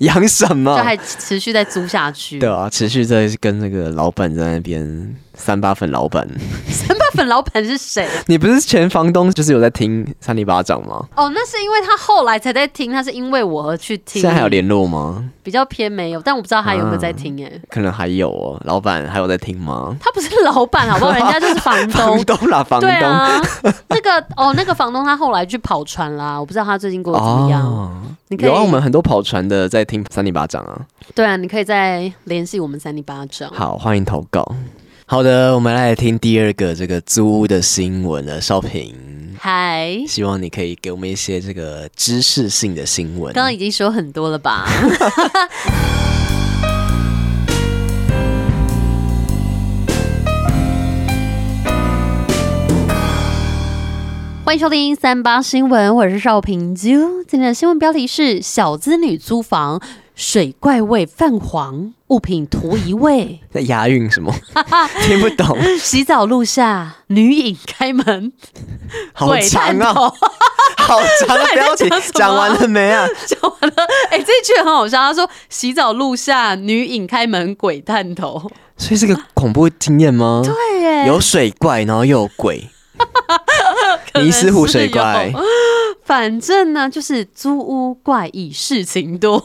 养、什就么？还持续在租下去。 对啊，持续在跟那个老板在那边三八粉老板， 三八粉老板是谁？你不是前房东，就是有在听三里巴掌吗？哦，那是因为他后来才在听，他是因为我而去听。现在还有联络吗？比较偏没有，但我不知道他有没有在听哎、可能还有哦，老板还有在听吗？他不是老板好不好？人家就是房 房东。东啦，房东对，啊，那个哦，那个房东他后来去跑船啦，我不知道他最近过得怎么样。哦，你可以有啊，我们很多跑船的在听三里巴掌啊。对啊，你可以再联系我们三零八掌。好，欢迎投稿。好的，我们来听第二个这个租屋的新闻了，少平。嗨，希望你可以给我们一些这个知识性的新闻。刚刚已经说很多了吧？ 迎收听三八新闻，我是邵平啾。今天的新闻标题是：小资女租房，水怪味泛黄，物品图 一味。在押韵 什么？听不懂，洗澡路下，女影开门，好长啊，头。 好长的标题到底在讲什讲么啊，完了没啊？讲完了，哎、这一句很好笑。他说：“洗澡路下，女影开门，鬼探头。所以是个恐怖经验吗？”对耶，有水怪，然后又有 鬼，尼斯湖水怪可能是有。 反正呢，就是租屋怪异事 情多。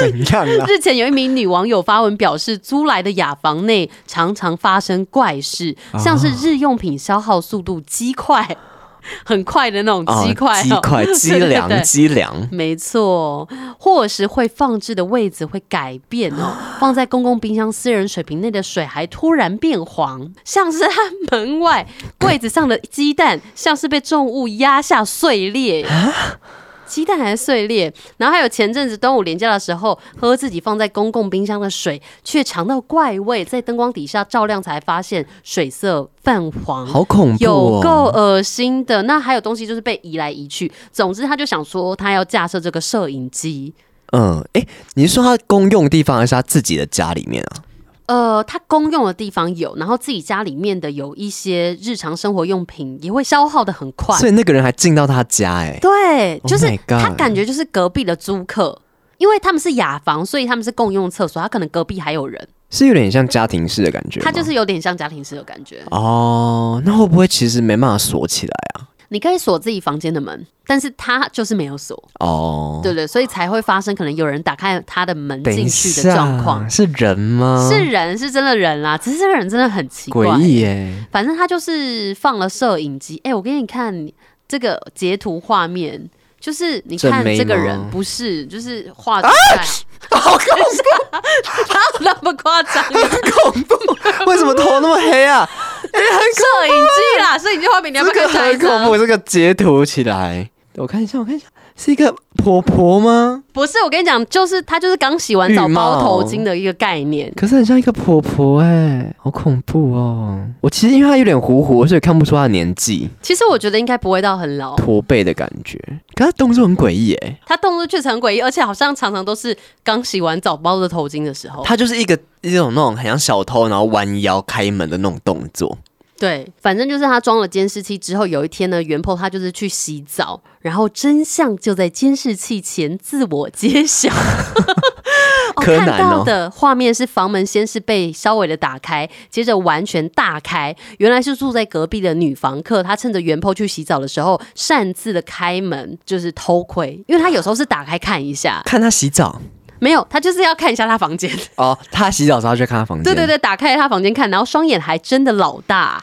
怎样啊啦？日前有一名女网友发文表示，租来的雅房内常常发生怪事，啊像是日用品消耗速度极快， 很快的那种哦极快、啊鸡块、鸡哦 对对粮、对鸡粮，没错，或是会放置的位置会改变哦，放在公共冰箱、私人水瓶内的水还突然变黄，像是它门外柜子上的鸡蛋，像是被重物压下碎裂。鸡蛋还碎裂，然后还有前阵子端午连假的时候，喝自己放在公共冰箱的水，却尝到怪味，在灯光底下照亮才发现水色泛黄，好恐怖有够哦！恶心的。那还有东西就是被移来移去，总之他就想说他要架设这个摄影机。嗯，哎，你是说他公用的地方还是他自己的家里面啊？呃，他公用的地方有，然后自己家里面的有一些日常生活用品也会消耗的很快。所以那个人还进到他家，哎，对， Oh 就是 my god 他感觉就是隔壁的租客，因为他们是雅房，所以他们是共用厕所，他可能隔壁还有人，是有点像家庭式的感觉吗。他就是有点像家庭式的感觉。哦，那会不会其实没办法锁起来啊？你可以锁自己房间的门，但是他就是没有锁，哦，对不对？所以才会发生可能有人打开他的门等一进去的状况下，。是人吗？是人是真的人啦，只是这个人真的很奇怪嗯诡。异 耶！反正他就是放了摄影机，哎、我给你看这个截图画面，就是你看正妹吗啊这个人不是，就是画出来。好恐怖！ 哪有那么夸张？啊恐怖，为什么头那么黑啊？摄影机啦，摄影机画面，你要不这要个看下一很恐张怖，？这个截图起来，我看一下，我看一下，是一个婆婆吗？不是，我跟你讲，就是他就是刚洗完澡浴帽包头巾的一个概念。可是很像一个婆婆哎、好恐怖哦！我其实因为她有点糊糊，所以看不出她的年纪，其实我觉得应该不会到很老，驼背的感觉。可她动作很诡异哎，他动作确实很诡异，而且好像常常都是刚洗完澡包着头巾的时候。她就是一个一种那种很像小偷，然后弯腰开门的那种动作。对，反正就是他装了监视器之后，有一天呢，袁鹏他就是去洗澡，然后真相就在监视器前自我 揭晓。哦柯南哦看到的画面是房门先是被稍微的打开，接着完全大开。原来是住在隔壁的女房客，她趁着袁鹏去洗澡的时候，擅自的开门，就是偷窥，因为她有时候是打开看一下，看她洗澡没有，她就是要看一下她房间。哦，她洗澡的时候就看她房间，对对，对，打开她房间看，然后双眼还真的老大。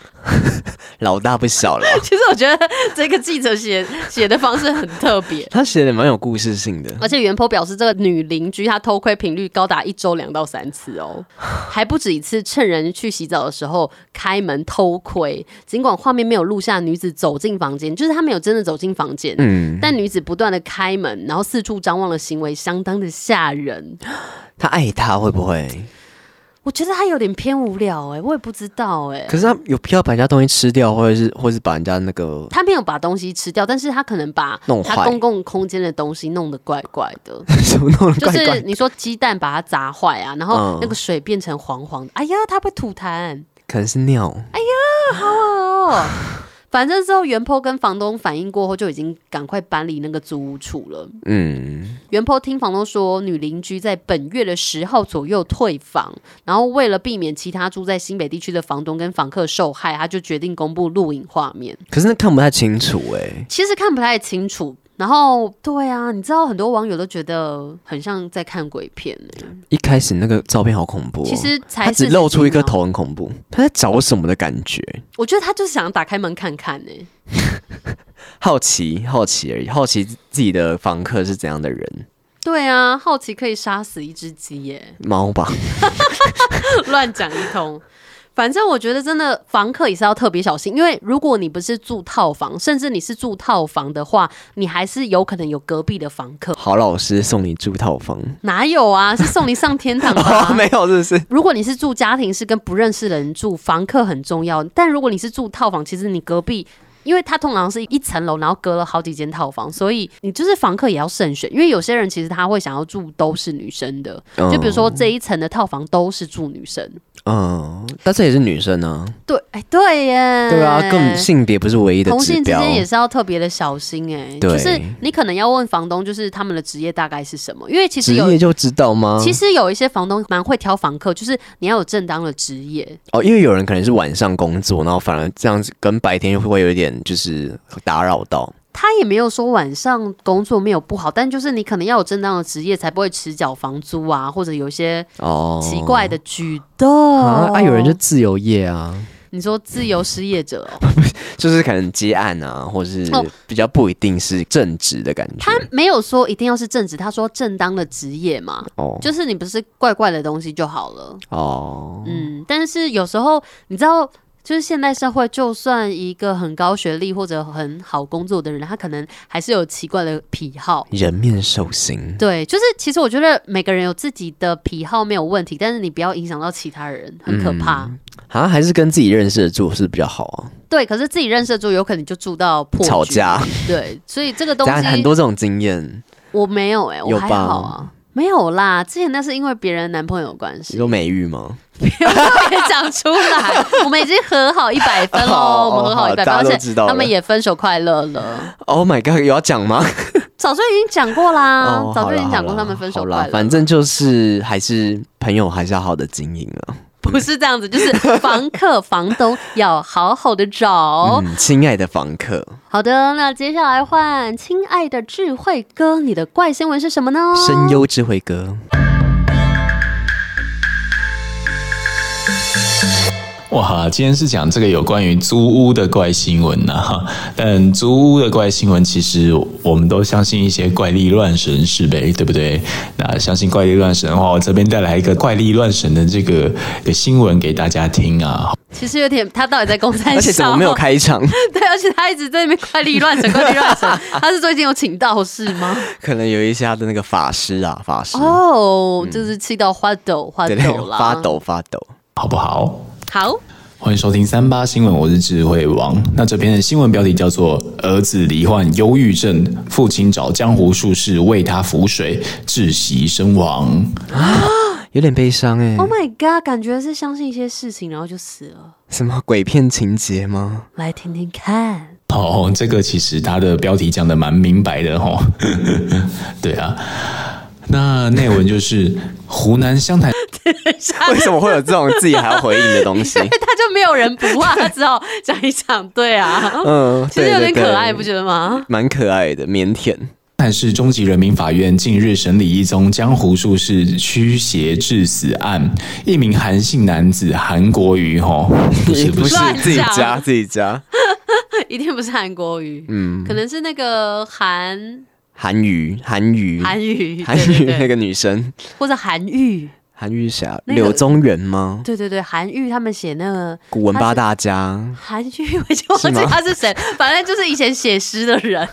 老大不小 了。其实我觉得这个记者写写的方式很特别，她写的蛮有故事性的， 而且袁坡表示，这个女邻居她偷窥频率高达一周两到三次 哦，还不止一次趁人去洗澡的时候开门偷窥。尽管画面没有录下女子走进房间，就是她没有真的走进房间，嗯，但女子不断的开门，然后四处张望的行为相当的吓人。她爱他会不会？我觉得她有点偏无聊哎、我也不知道哎、可是她有必要把人家东西吃掉，或者是或是把人家那个 她没有把东西吃掉，但是她可能把弄她坏公共空间的东西弄得怪怪的。什么弄得就怪怪是的？你说鸡蛋把它砸坏啊，然后嗯那个水变成黄黄的，哎呀，它会吐痰，可能是尿。哦。反正之后，袁坡跟房东反映过后，就已经赶快搬离那个租屋处了。嗯，袁坡听房东说，女邻居在本月的十号左右退房，然后为了避免其他住在新北地区的房东跟房客受害，他就决定公布录影画面。可是那看不太清楚哎、其实看不太清楚。然后，对啊，你知道很多网友都觉得很像在看鬼片、欸，一开始那个照片好恐怖、哦，其实才他只40露出一颗秒头，很恐怖。他在找什么的感觉？我觉得他就是想打开门看看欸呢、好奇，好奇而已，好奇自己的房客是怎样的人，对啊，好奇可以杀死一只鸡 耶，猫吧？ 乱讲一通。反正我觉得真的房客也是要特别小心，因为如果你不是住套房，甚至你是住套房的话，你还是有可能有隔壁的房客。好老师送你住套 房，哪有啊？是送你上天堂哦， 吧？没有，是不是？如果你是住家庭式跟不认识的人住，房客很重要。但如果你是住套房，其实你隔壁，因因为它通常是一层楼，然后隔了好几间套房，所以你就是房客也要慎选，因为有些人其实他会想要住都是女生的，就比如说这一层的套房都是住女生，嗯，但这也是女生啊，对，哎，对耶，对啊，更性别不是唯一的同指性之标，间也是要特别的小心哎、对就是你可能要问房东，就是他们的职业大概是什么，因为其实职有业就知道吗？其实有一些房东蛮会挑房客，就是你要有正当的职业，哦，因为有人可能是晚上工作，然后反而这样子跟白天会有一点就是打扰到。他也没有说晚上工作没有不好，但就是你可能要有正当的职业，才不会迟缴房租啊，或者有一些哦，奇怪的举动。啊啊！有人就自由业啊，你说自由失业者、哦，就是可能接案啊，或是哦比较不一定是正职的感觉。他没有说一定要是正职，他说正当的职业嘛，哦就是你不是怪怪的东西就好了。哦，嗯，但是有时候你知道，就是现代社会，就算一个很高学历或者很好工作的人，他可能还是有奇怪的癖好。人面兽心。对，就是其实我觉得每个人有自己的癖好没有问题，但是你不要影响到其他人，很可怕。啊，还是跟自己认识的住是比较好啊。对，可是自己认识的猪，有可能就住到破吵局架。对，所以这个东当然西很多这种经验，我没有哎、我有还吧好啊。没有啦，之前那是因为别人男朋友有关系， 有美玉吗？别讲出来，我们已经和好一百分喽，哦我们和好一百大分，家而都且知道了他们也分手快乐了， Oh my god，有要讲吗？早就已经讲过啦哦，，啊早就已经好啦讲过他们分手好快啦，乐，反正就是还是朋友还是要好好的经营啊。不是这样子，就是房客、房东要好好的找。嗯，亲爱的房客，好的，那接下来换亲爱的智慧哥，你的怪新闻是什么呢？声优智慧哥，哇，今天是讲这个有关于租屋的怪新闻呐、哈，但租屋的怪新闻，其实我们都相信一些怪力乱神是呗，对不对？那相信怪力乱神的话，我这边带来一个怪力乱神的这个的新闻给大家听啊。其实有点，他到底在公山而且怎么没有？开场？ 对，而且他一直在那边怪力乱神，怪力乱神。 他是最近有请道士吗？可能有一些他的那个法师啊，法师，哦，就是气到发抖，发对抖 对，啦，发。抖发抖。好不好？好，欢迎收听三八新闻，我是智慧王。那这篇的新闻标题叫做“儿子罹患忧郁症，父亲找江湖术士为他服水，窒息身亡有点悲伤哎、 Oh my god，感觉是相信一些事情，然后就死了。什么鬼片情节吗？ 来听听看，”。哦，这个其实它的标题讲的蛮明白的哦。 对啊，那内文就是湖南湘潭为什么会有这种自己还要回应的东西？他就没有人不啊，他只好讲一讲。对啊，嗯， 其实有对点对对可爱，不觉得吗？ 蛮可爱的，腼腆。但是中级人民法院近日审理一宗江湖术士驱邪致死案，一名韩姓男子韩国瑜吼，不是不不是是乱讲自己加自己加一定不是韩国语，嗯，可能是那个韩韩语，韩语，韩语，嗯韩对语对对那个女生，或者韩愈，韩语侠那个柳宗元吗？对对对，韩愈他们写那个古文八大家，韩愈，我就忘是记吗他是谁，反正就是以前写诗的 人，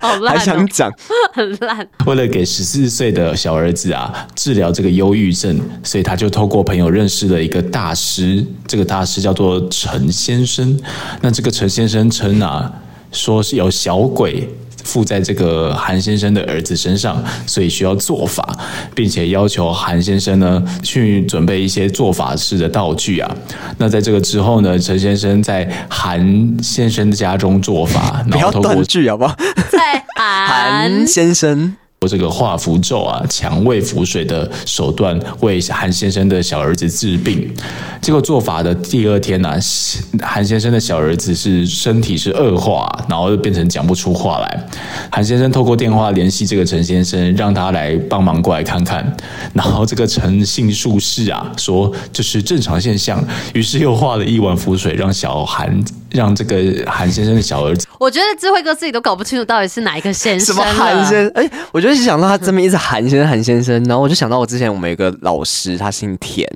好烂还哦想，讲很烂。为了给十四岁的小儿子啊治疗这个忧郁症，所以他就透过朋友认识了一个大师，这个大师叫做陈先生。那这个陈先生称啊，说是有小鬼。附在这个韩先生的儿子身上，所以需要做法，并且要求韩先生呢去准备一些做法式的道具啊。那在这个之后呢，陈先生在韩先生的家中做法，不然要后透过断句好不好？在韩韩先生，这个画符咒啊、强喂符水的手段，为韩先生的小儿子治病。结果做法的第二天呢、啊， 韩先生的小儿子是身体是恶化，然后就变成讲不出话来。韩先生透过电话联系这个陈先生，让他来帮忙过来看看。然后这个陈姓术士啊，说这是正常现象，于是又画了一碗符水，让小韩让这个韩先生的小儿子。我觉得智慧哥自己都搞不清楚到底是哪一个先什生啊么了。韩先？哎、我就是想到他这边一直韩先生，韩先生，然后我就想到我之前我们有个老师，他姓田，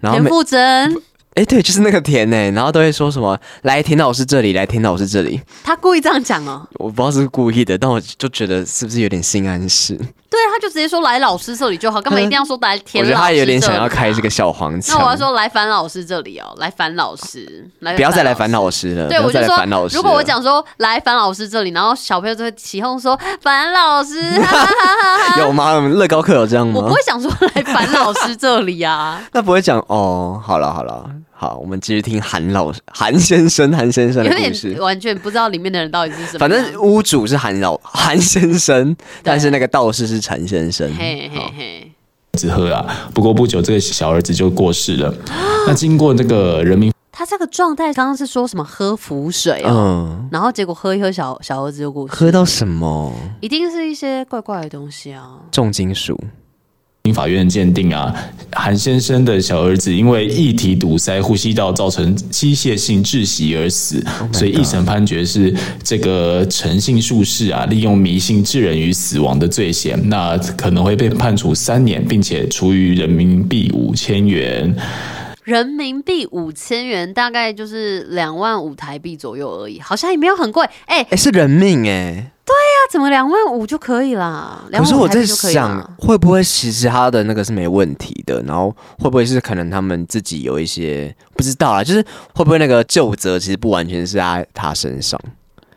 然后田每馥甄，哎、对，就是那个田哎、然后都会说什么来田老师这里，来田老师这里，他故意这样讲哦。我不知道是不是故意的，但我就觉得是不是有点性暗示？对，他就直接说来老师这里就好，干嘛一定要说来田我觉得老师？他有点想要。开这个小黄啊那腔。我要说来樊老师这里哦，来樊老师，来不要再来烦师。老师了，对，不我要就再来说烦老，师。如果我，讲说来樊老师这里，然后小朋友就会起哄说樊老师，哈哈哈 哈有吗？乐高课有这样我吗不？会想说来樊老师这 里啊，那不会讲哦。好了好了，好，我们继续听韩老韩先生韩先生的有故点事。完全不知道里面的人到底是什么。反正屋主是韩老韩先生，但是那个道士是陈先生。嘿嗯好嘿嘿，之后啊，不过不久这个小儿子就过世了。那经过这个人民他这个状态刚刚是说什么喝符水哦，嗯，然后结果喝一喝小小儿子就过世，喝到什么一定是一些怪怪的东西啊。重金属？法院鉴定啊，韩先生的小儿子因为异体堵塞呼吸道，造成机械性窒息而死，所以一审判决是这个诚信术士啊，利用迷信致人于死亡的罪嫌，那可能会被判处三年，并且处于人民币五千元。人民币五千元，大概就是两万五台币左右而已，好像也没有很贵。哎、哎、是人命哎、那怎么两万五就可以啦？两可是万五我台在币就可以啦想，。会不会其实他的那个是没问题的，然后会不会是可能他们自己有一些不知道啊？就是会不会那个旧责其实不完全是在他身上？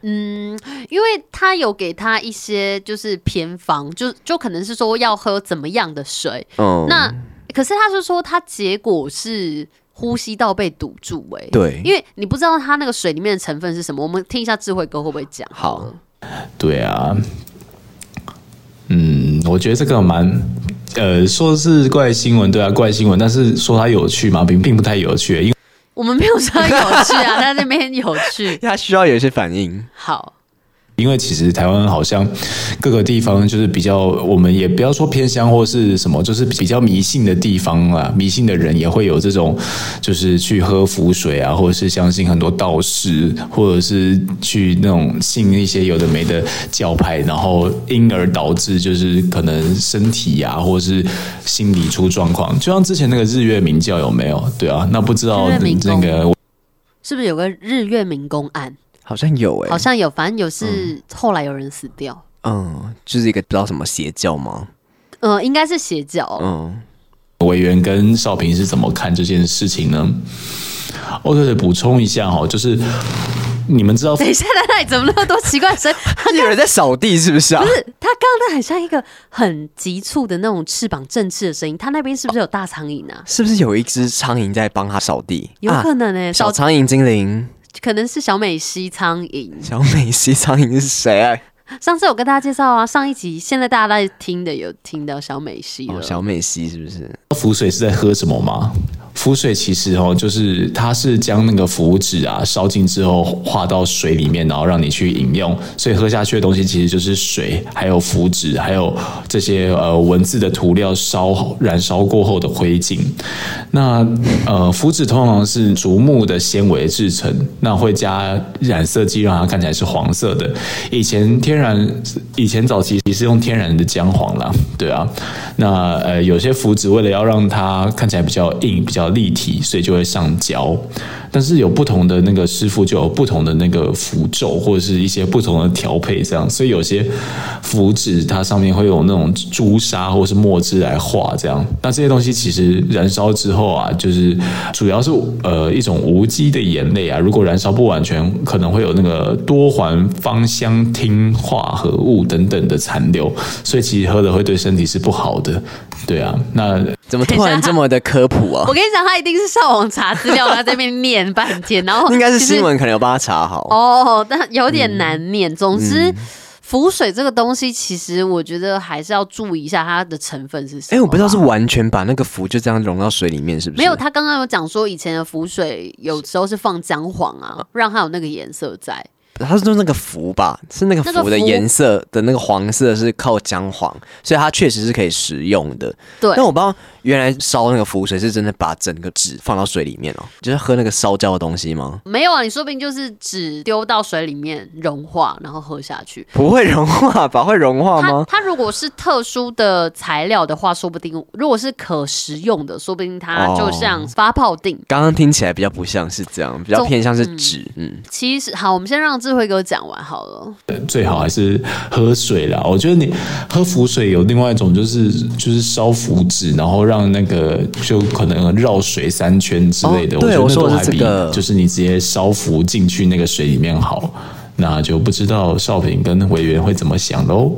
嗯，因为他有给他一些就是偏方，就就可能是说要喝怎么样的水。嗯，那可是他是说他结果是呼吸道被堵住、哎，对，因为你不知道它那个水里面的成分是什么。我们听一下智慧哥会不会讲？好，对啊，嗯，我觉得这个蛮。呃，说是怪新闻，对啊，怪新闻，但是说它有趣嘛，并并不太有趣，因为我们没有说有趣 啊，但那边有趣。他需要有一些反应。好，因为其实台湾好像各个地方就是比较，我们也不要说偏乡或是什么，就是比较迷信的地方啦，迷信的人也会有这种，就是去喝符水啊，或者是相信很多道士，或者是去那种信一些有的没的教派，然后因而导致就是可能身体啊，或是心理出状况，就像之前那个日月明教有没有？对啊，那不知道日月明那宫个是不是有个日月明宫案？好像有哎、好像有，反正有是后来有人死掉。嗯，就是一个不知道什么邪教吗？呃，应该是邪教。嗯，委员跟少平是怎么看这件事情呢？哦，对对，补充一下哈，就是你们知道等一下，在那里怎么那么多奇怪的声音？有人在扫地是不是啊？不是，他刚刚那很像一个很急促的那种翅膀振翅的声音。他那边是不是有大苍蝇啊？是不是有一只苍蝇在帮他扫地？有可啊能呢、欸，小少苍蝇精灵，可能是小美西苍蝇。小美西苍蝇是谁啊？上次有跟大家介绍啊，上一集现在大家在听的有听到小美西了。哦，小美西是不是？浮水是在喝什么吗？浮水其实哦，就是它是将那个符纸啊烧尽之后化到水里面，然后让你去饮用，所以喝下去的东西其实就是水，还有符纸，还有这些呃文字的涂料烧燃烧过后的灰烬。那呃符纸通常是竹木的纤维制成，那会加染色剂让它看起来是黄色的。以前天然，以前早期是用天然的姜黄啦，对啊。那呃有些符纸为了要让它看起来比较硬、比较立体，所以就会上胶。但是有不同的那个师傅就有不同的那个符咒或者是一些不同的调配这样，所以有些符纸它上面会有那种朱砂或是墨汁来画这样。那这些东西其实燃烧之后啊，就是主要是呃一种无机的盐类啊，如果燃烧不完全，可能会有那个多环芳香烃化合物等等的残留，所以其实喝了会对身体是不好的。对啊，那怎么突然这么的科普啊我？跟你讲，他一定是上网查资料，然后在那边念 半天，然后应该是其实新闻，嗯可能有帮他查好。哦，但有点难念。总之，浮水这个东西，其实我觉得还是要注意一下它的成分是什么。哎，我不知道是。完全把那个符就这样融到水里面，是不是？没有，他刚刚有讲说，以前的浮水有时候是放姜黄哦啊，让它有那个颜色在。他是说那个符吧，是那个那符个的符颜色的那个黄色是靠姜黄，所以它确实是可以食用的。对但，我不知道，原来烧那个浮水是真的把整个纸放到水里面哦，就是喝那个烧焦的东西吗？没有啊，你说不定就是纸丢到水里面融化，然后喝下去。不会融化吧？会融化它哦吗？它如果是特殊的材料的话，说不定如果是可食用的，说不定它哦就像发泡锭。刚刚听起来比较不像是这样，比较偏向是纸，嗯，其实好，我们先让智慧哥讲完好了。最好还是喝水啦。我觉得你喝浮水有另外一种，就是就是烧浮纸，然后让那个就可能绕水三圈之类的。哦对我觉得我说那的都是还比这个就是你直接烧浮进去那个水里面好。那就不知道少平跟委员会怎么想喽。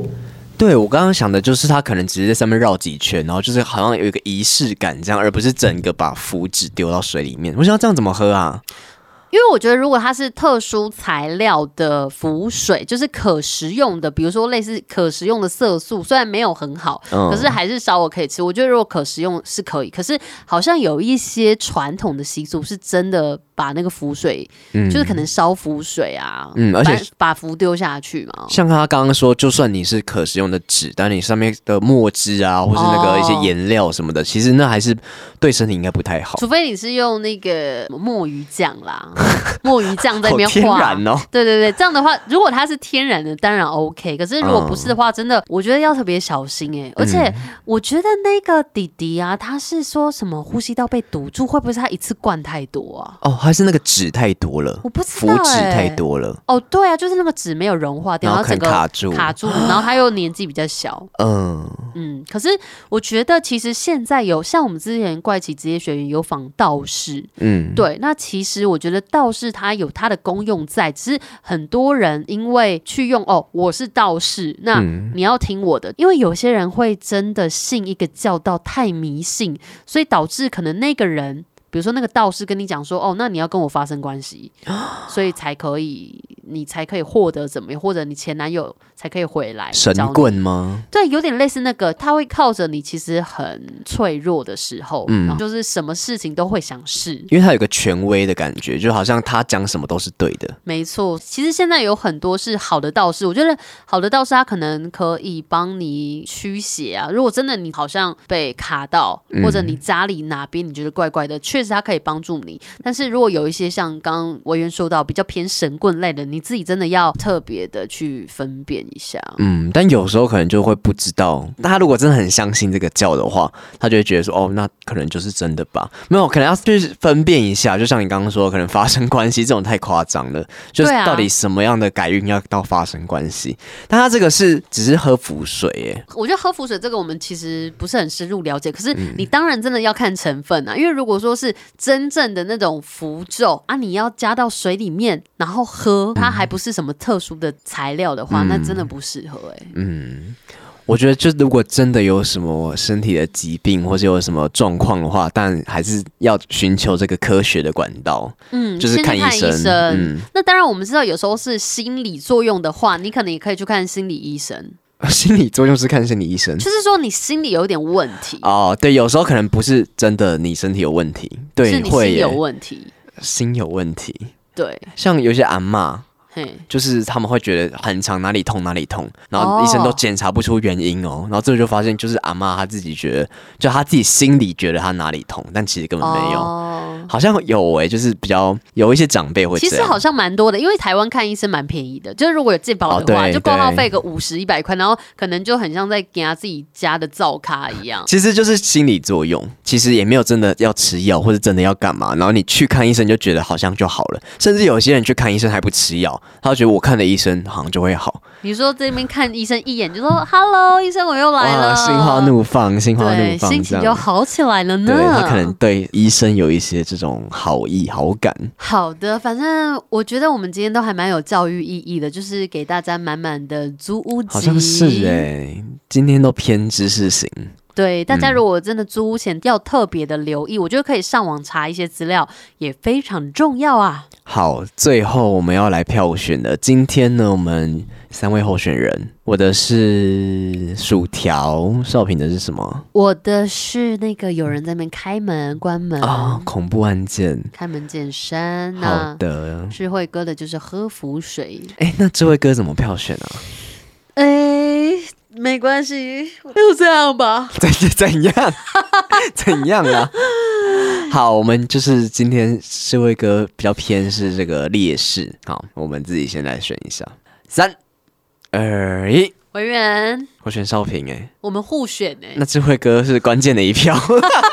对我刚刚想的就是它可能只是在上面绕几圈，然后就是好像有一个仪式感这样，而不是整个把符纸丢到水里面。我想要这样怎么喝啊？因为我觉得，如果它是特殊材料的浮水，就是可食用的，比如说类似可食用的色素，虽然没有很好，嗯可是还是烧我可以吃。我觉得如果可食用是可以，可是好像有一些传统的习俗是真的把那个浮水，就是可能烧浮水啊，嗯而且把把浮丢下去嘛。像他刚刚说，就算你是可食用的纸，但你上面的墨汁啊，或是那个哦一些颜料什么的，其实那还是对身体应该不太好除。非你是用那个墨鱼酱啦，墨鱼酱在里好面天画，然哦， 对对对，这样的话，如果它是天然的，当然 OK。可是如果不是的嗯话，真的我觉得要特别小心哎、而且我觉得那个弟弟啊，他是说什么呼吸道被堵住，会不会是他一次灌太多啊？哦，还是那个纸太多了，我不知符道纸欸太多了。哦，对啊，就是那个纸没有融化掉，然然后后整可个能卡住卡住，然后他又年纪比较小，嗯，嗯。可是我觉得其实现在有像我们之前怪奇职业学员有访道士，嗯，对，那其实我觉得道士他有他的功用在，只是很多人因为去用哦，我是道士，那嗯你要听我的，因为有些人会真的信一个教道太迷信，所以导致可能那个人。比如说，那个道士跟你讲说：“哦，那你要跟我发生关 系，所以才可以，你才可以获得怎么样，或者你前男友才可以回来。”神棍吗？对，有点类似那个，他会靠着你其实很脆弱的时候，然后就是什么事情都会想试，因为他有个权威的感觉，就好像他讲什么都是对的。没错，其实现在有很多是好的道士，我觉得好的道士他可能可以帮你驱邪啊。如果真的你好像被卡到，或者你家里哪边你觉得怪怪的，确实他可以帮助你。但是如果有一些像刚刚委员说到比较偏神棍类的，你自己真的要特别的去分辨一下。嗯，但有时候可能就会不知道。那他如果真的很相信这个教的话，他就会觉得说，哦，那可能就是真的吧。没有，可能要去分辨一下。就像你刚刚说，可能发生关系这种太夸张了，就是对啊到底什么样的改运要到发生关系？但他这个是只是喝符水耶，我觉得喝浮水这个我们其实不是很深入了解，可是嗯你当然真的要看成分啊，因为如果说是真正的那种符咒啊，你要加到水里面然后喝，它嗯还不是什么特殊的材料的话，那真的不适合哎、我觉得，就如果真的有什么身体的疾病或是有什么状况的话，但还是要寻求这个科学的管道， 嗯，就是先去看看医生生。嗯那当然我们知道有时候是心理作用的话，你可能也可以去看心理医生，心理作用是看心理医生。就是说你心理有点问题，哦，对，有时候可能不是真的你身体有问题，是对，你会心耶有问题，心有问题。对，像有些阿嬷，嘿。就是他们会觉得很常哪里痛哪里痛，然后医生都哦检查不出原因哦，然后最后就发现就是阿嬷她自己觉得，就她自己心里觉得她哪里痛，但其实根本没有。哦好像有诶、就是比较有一些长辈会这其样。实好像蛮多的，因为台湾看医生蛮便宜的，就是如果有健保的哦话，对就挂号费个五十一百块，然后可能就很像在给他自己家的灶咖一 样。其实就是心理作用，其实也没有真的要吃药或者真的要干嘛。然后你去看医生就觉得好像就好了，甚至有些人去看医生还不吃药，他就觉得我看了医生好像就会好，你说这边看医生一眼就说 “Hello，医生，我又来了”，心花怒放，心花怒对，放，心这情就样。好起来了呢对。他可能对医生有一些这种好意、好感。好的，反正我觉得我们今天都还蛮有教育意义的，就是给大家满满的租屋集，好像是哎、今天都偏知识型。对，大嗯家如果真的租屋前要特别的留意，我觉得可以上网查一些资料，也非常重要啊。好，最后我们要来票选的。今天呢，我们三位候选人，我的是薯条，少平的是什么？我的是那个有人在那边开门、关门、啊、恐怖案件。开门见山。好嗯那的，智慧哥的就是喝浮水。 哎，那这位哥怎么票选啊？哎、没关系，就这样吧。怎怎样 怎样 啊？好，我们就是今天这位歌比较偏是这个劣势，好，我们自己先来选一下，三二一，文员，我选少平哎、我们互选哎、那这位歌是关键的一票，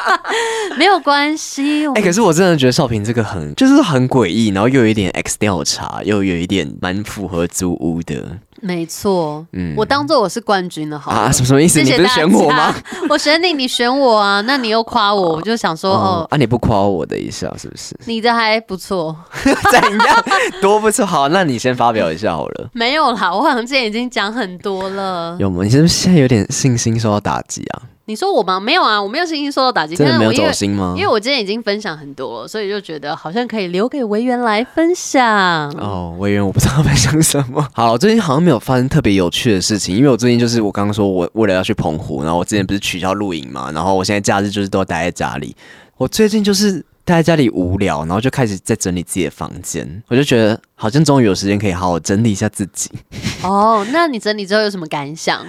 没有关系。我哎、们可是我真的觉得少平这个很就是很诡异，然后又有一点 X 调查，又有一点蛮符合租屋的没错，嗯我当做我是冠军了好了啊，什么什么意思？哦谢你谢不是选我吗？大家？ 我选你，你选我啊？那你又夸我，我就想说，哦哦，，啊，你不夸我的一下是 不是？你的还不错。怎样？多不错，好，那你先发表一下好了。没有啦，我好像之前已经讲很多了。有吗？你是不是现在有点信心受到打击啊？你说我吗？没有啊，我没有信心受到打击，真的但没有是我因走为心吗？因为我之前已经分享很多了，所以就觉得好像可以留给维园来分享。哦，我以为我不知道分享什么。 好，我最近好像没有发生特别有趣的事情，因为我最近就是我刚刚说我为了要去澎湖，然后我之前不是取消露营嘛，然后我现在假日就是都待在家里。我最近就是待在家里无聊，然后就开始在整理自己的房间，我就觉得好像终于有时间可以好好整理一下自己。哦，那你整理之后有什么感想？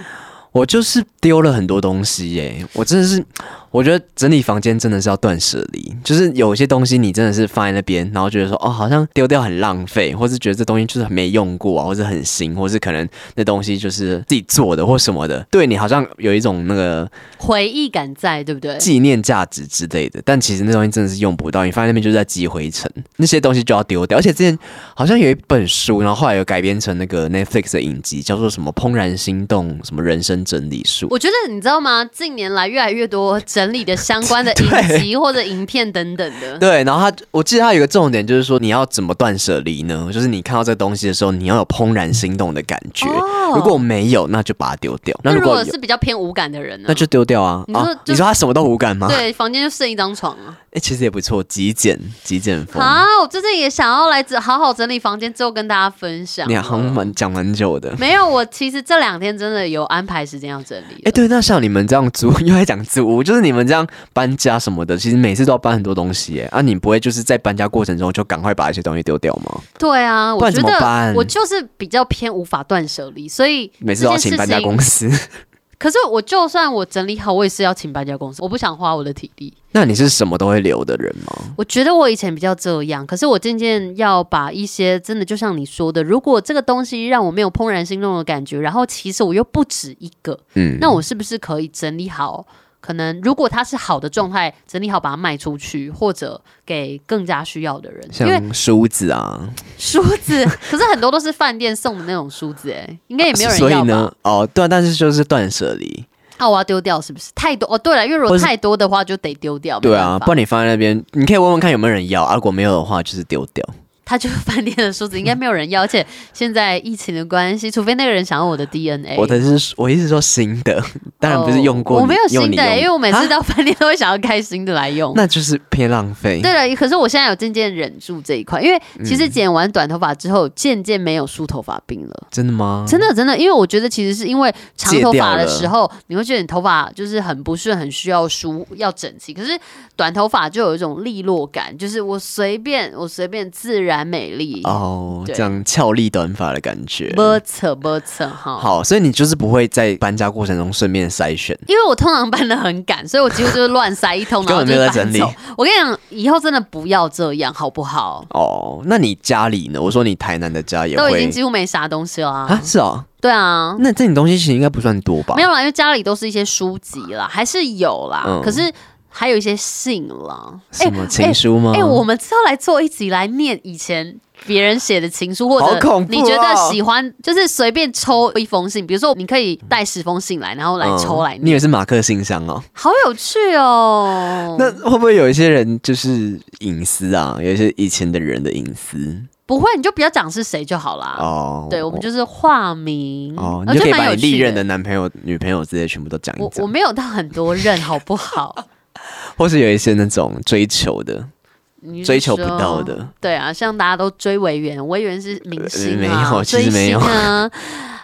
我就是丢了很多东西耶、我真的是，我觉得整理房间真的是要断舍离，就是有些东西你真的是放在那边，然后觉得说哦，好像丢掉很浪费，或是觉得这东西就是没用过啊，或是很新，或是可能那东西就是自己做的或什么的，对你好像有一种那个回忆感在，对不对？纪念价值之类的，但其实那东西真的是用不到，你放在那边就是在积灰尘，那些东西就要丢掉。而且之前好像有一本书，然后后来有改编成那个 Netflix 的影集，叫做什么《怦然心动》什么人生整理术。我觉得你知道吗？近年来越来越多整理的相 关的对影集或者影片等等的，对，然后他，我记得他有一个重点，就是说你要怎么断舍离呢？就是你看到这个东西的时候，你要有怦然心动的感觉。哦如果没有，那就把它丢掉。那那如如果果有，是比较偏无感的人呢？那就丢掉啊！你说啊，就你说他什么都无感吗？哎、对，房间就剩一张床啊！其实也不错，极简极简风。啊，我最近也想要来整好好整理房间，之后跟大家分享你。好像蛮讲蛮久的。没有，我其实这两天真的有安排时间要整理。哎、，对，那像你们这样租， 又在讲租屋，就是你们这样搬家什么的，其实每次都要搬很多东西耶。啊，你不会就是在搬家过程中就赶快把一些东西丢掉吗？对啊，不我然觉怎么办得我就是比较偏无法断舍离，所以每次都要这请件事搬家情公司。 可是我就算我整理好，我也是要请搬家公司，我不想花我的体力。那你是什么都会留的人吗？我觉得我以前比较这样，可是我渐渐要把一些真的，就像你说的，如果这个东西让我没有怦然心动的感觉，然后其实我又不止一个，嗯，那我是不是可以整理好？可能如果它是好的状态，整理好把它卖出去，或者给更加需要的人。因为像梳子啊， 梳子，可是很多都是饭店送的那种梳子、哎，应该也没有人啊所以要吧？呢，哦，对啊，但是就是断舍离，啊，我要丢掉是不是？太多哦，对了，因为如或果是太多的话就得丢掉。对没啊，办法不然你放在那边，你可以问问看有没有人要，啊如果没有的话，就是丢掉。他 就是饭店的梳子，应该没有人要。而且现在疫情的关系，除非那个人想要我的 DNA。我的是，我意思是说新的， 当然不是用过哎哦你，我没有用新你的、用因为我每次啊到饭店都会想要开新的来用。那就是偏浪费。对了，可是我现在有渐渐忍住这一块，因为嗯其实剪完短头发之后，渐渐没有梳头发病了。真的吗？真的真的，因为我觉得其实是因为嗯长戒头掉发的了时候，你会觉得你头发就是很不顺，很需要梳，要整齐。可是短头发就有一种利落感，就是我随便我随便自然美丽，哦，对这样俏丽短发的感觉。不扯不扯哈。好，所以你就是不会在搬家过程中顺便筛选。因为我通常搬的很赶，所以我几乎就是乱塞一 通，根然后本就没有是在整搬理走。我跟你讲，以后真的不要这样，好不好？哦，那你家里呢？我说你台南的家也都已会经几乎没啥东西了啊、啊，是哦，对啊，那这种东西其实应该不算多吧？没有啦，因为家里都是一些书籍啦，还是有啦，嗯可是还有一些信啦。什么哎情书吗？哎、我们之后来做一集来念以前别人写的情书，或好者恐怖你觉得哦喜欢，就是随便抽一封信，比如说你可以带十封信来，然后来抽来嗯你以念，为是马克信箱哦？好有趣哦。那会不会有一些人就是隐私啊？有一些以前的人的隐私不会，你就不要讲是谁就好啦。哦。啊对，我们就是化名，哦，呃你就可以蛮把有你历趣任的。男朋友、女朋友这些全部都讲一我我讲，没有到很多任，好不好？或是有一些那种追求的，你是追求不说到的。对啊，像大家都追维园，维园是明星、啊呃没有其追实没星有啊。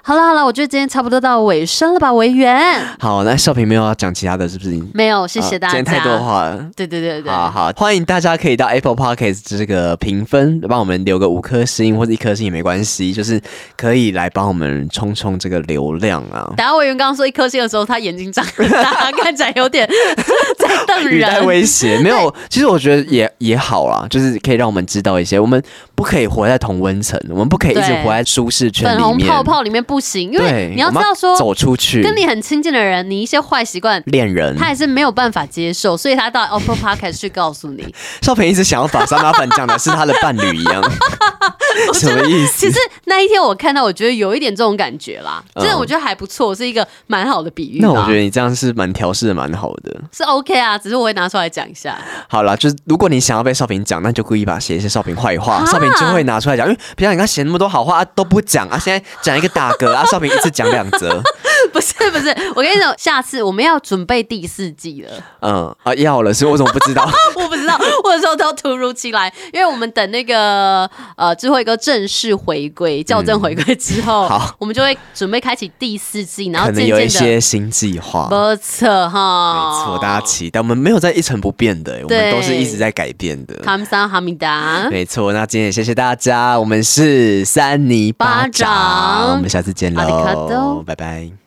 好了好了，我觉得今天差不多到尾声了吧，维园。好，那少平没有要讲其他的，是不是？没有， 谢谢大家。啊今天太多。话了。对对对对。好好，欢迎大家可以到 Apple Podcast 这个评分，帮我们留个五颗星或者一颗星也没关系，就是可以来帮我们冲冲这个流量啊。等下维园刚刚说一颗星的时候，他眼睛张很大，看起来有点 在瞪 语带人。威 胁，没有。其实我觉得也也好啦，就是可以让我们知道一些，我们不可以活在同温层，我们不可以一直对活在舒适圈粉里红面。泡泡里面不行，因为对，你要我知们道说，走嗯出去，跟你很亲近的人，你一些坏习惯，恋人。他也是没有办法接受，所以他到哦 Apple Podcast 去告诉 你。少平一直想要把三八粉讲的是他的伴侣一 样， 什么意思其？实那一天我看到，我觉得有一点这种感觉啦，真的我觉得还不错，是一个蛮好的比喻吧。嗯那我觉得你这样是蛮调试的，蛮好的。是 OK 啊，只是我会拿出来讲一下。 好啦，就是如果你想要被少平讲，那你就故意把写一些少平坏话，啊少平就会拿出来讲。因为平常你看写那么多好话、啊、都不讲啊，现在讲一个打嗝啊，少平一次讲两则，不是不是，我跟你讲，下次我们要准备第四季了。嗯啊要了，所以我怎么不知道？我不知道，我有时候都突如其来，因为我们等那个呃智慧哥正式回归、校正回归之后，嗯好我们就会准备开启第四季， 然后可能渐有一渐的些新计划。不哦错哈，没错，大家期待。我们没有在一成不变的、我们都是一直在改变的。卡姆桑哈密达，没错，那今天也谢谢大家，我们是三尼巴巴掌我们下次见阿里卡喽多，拜拜。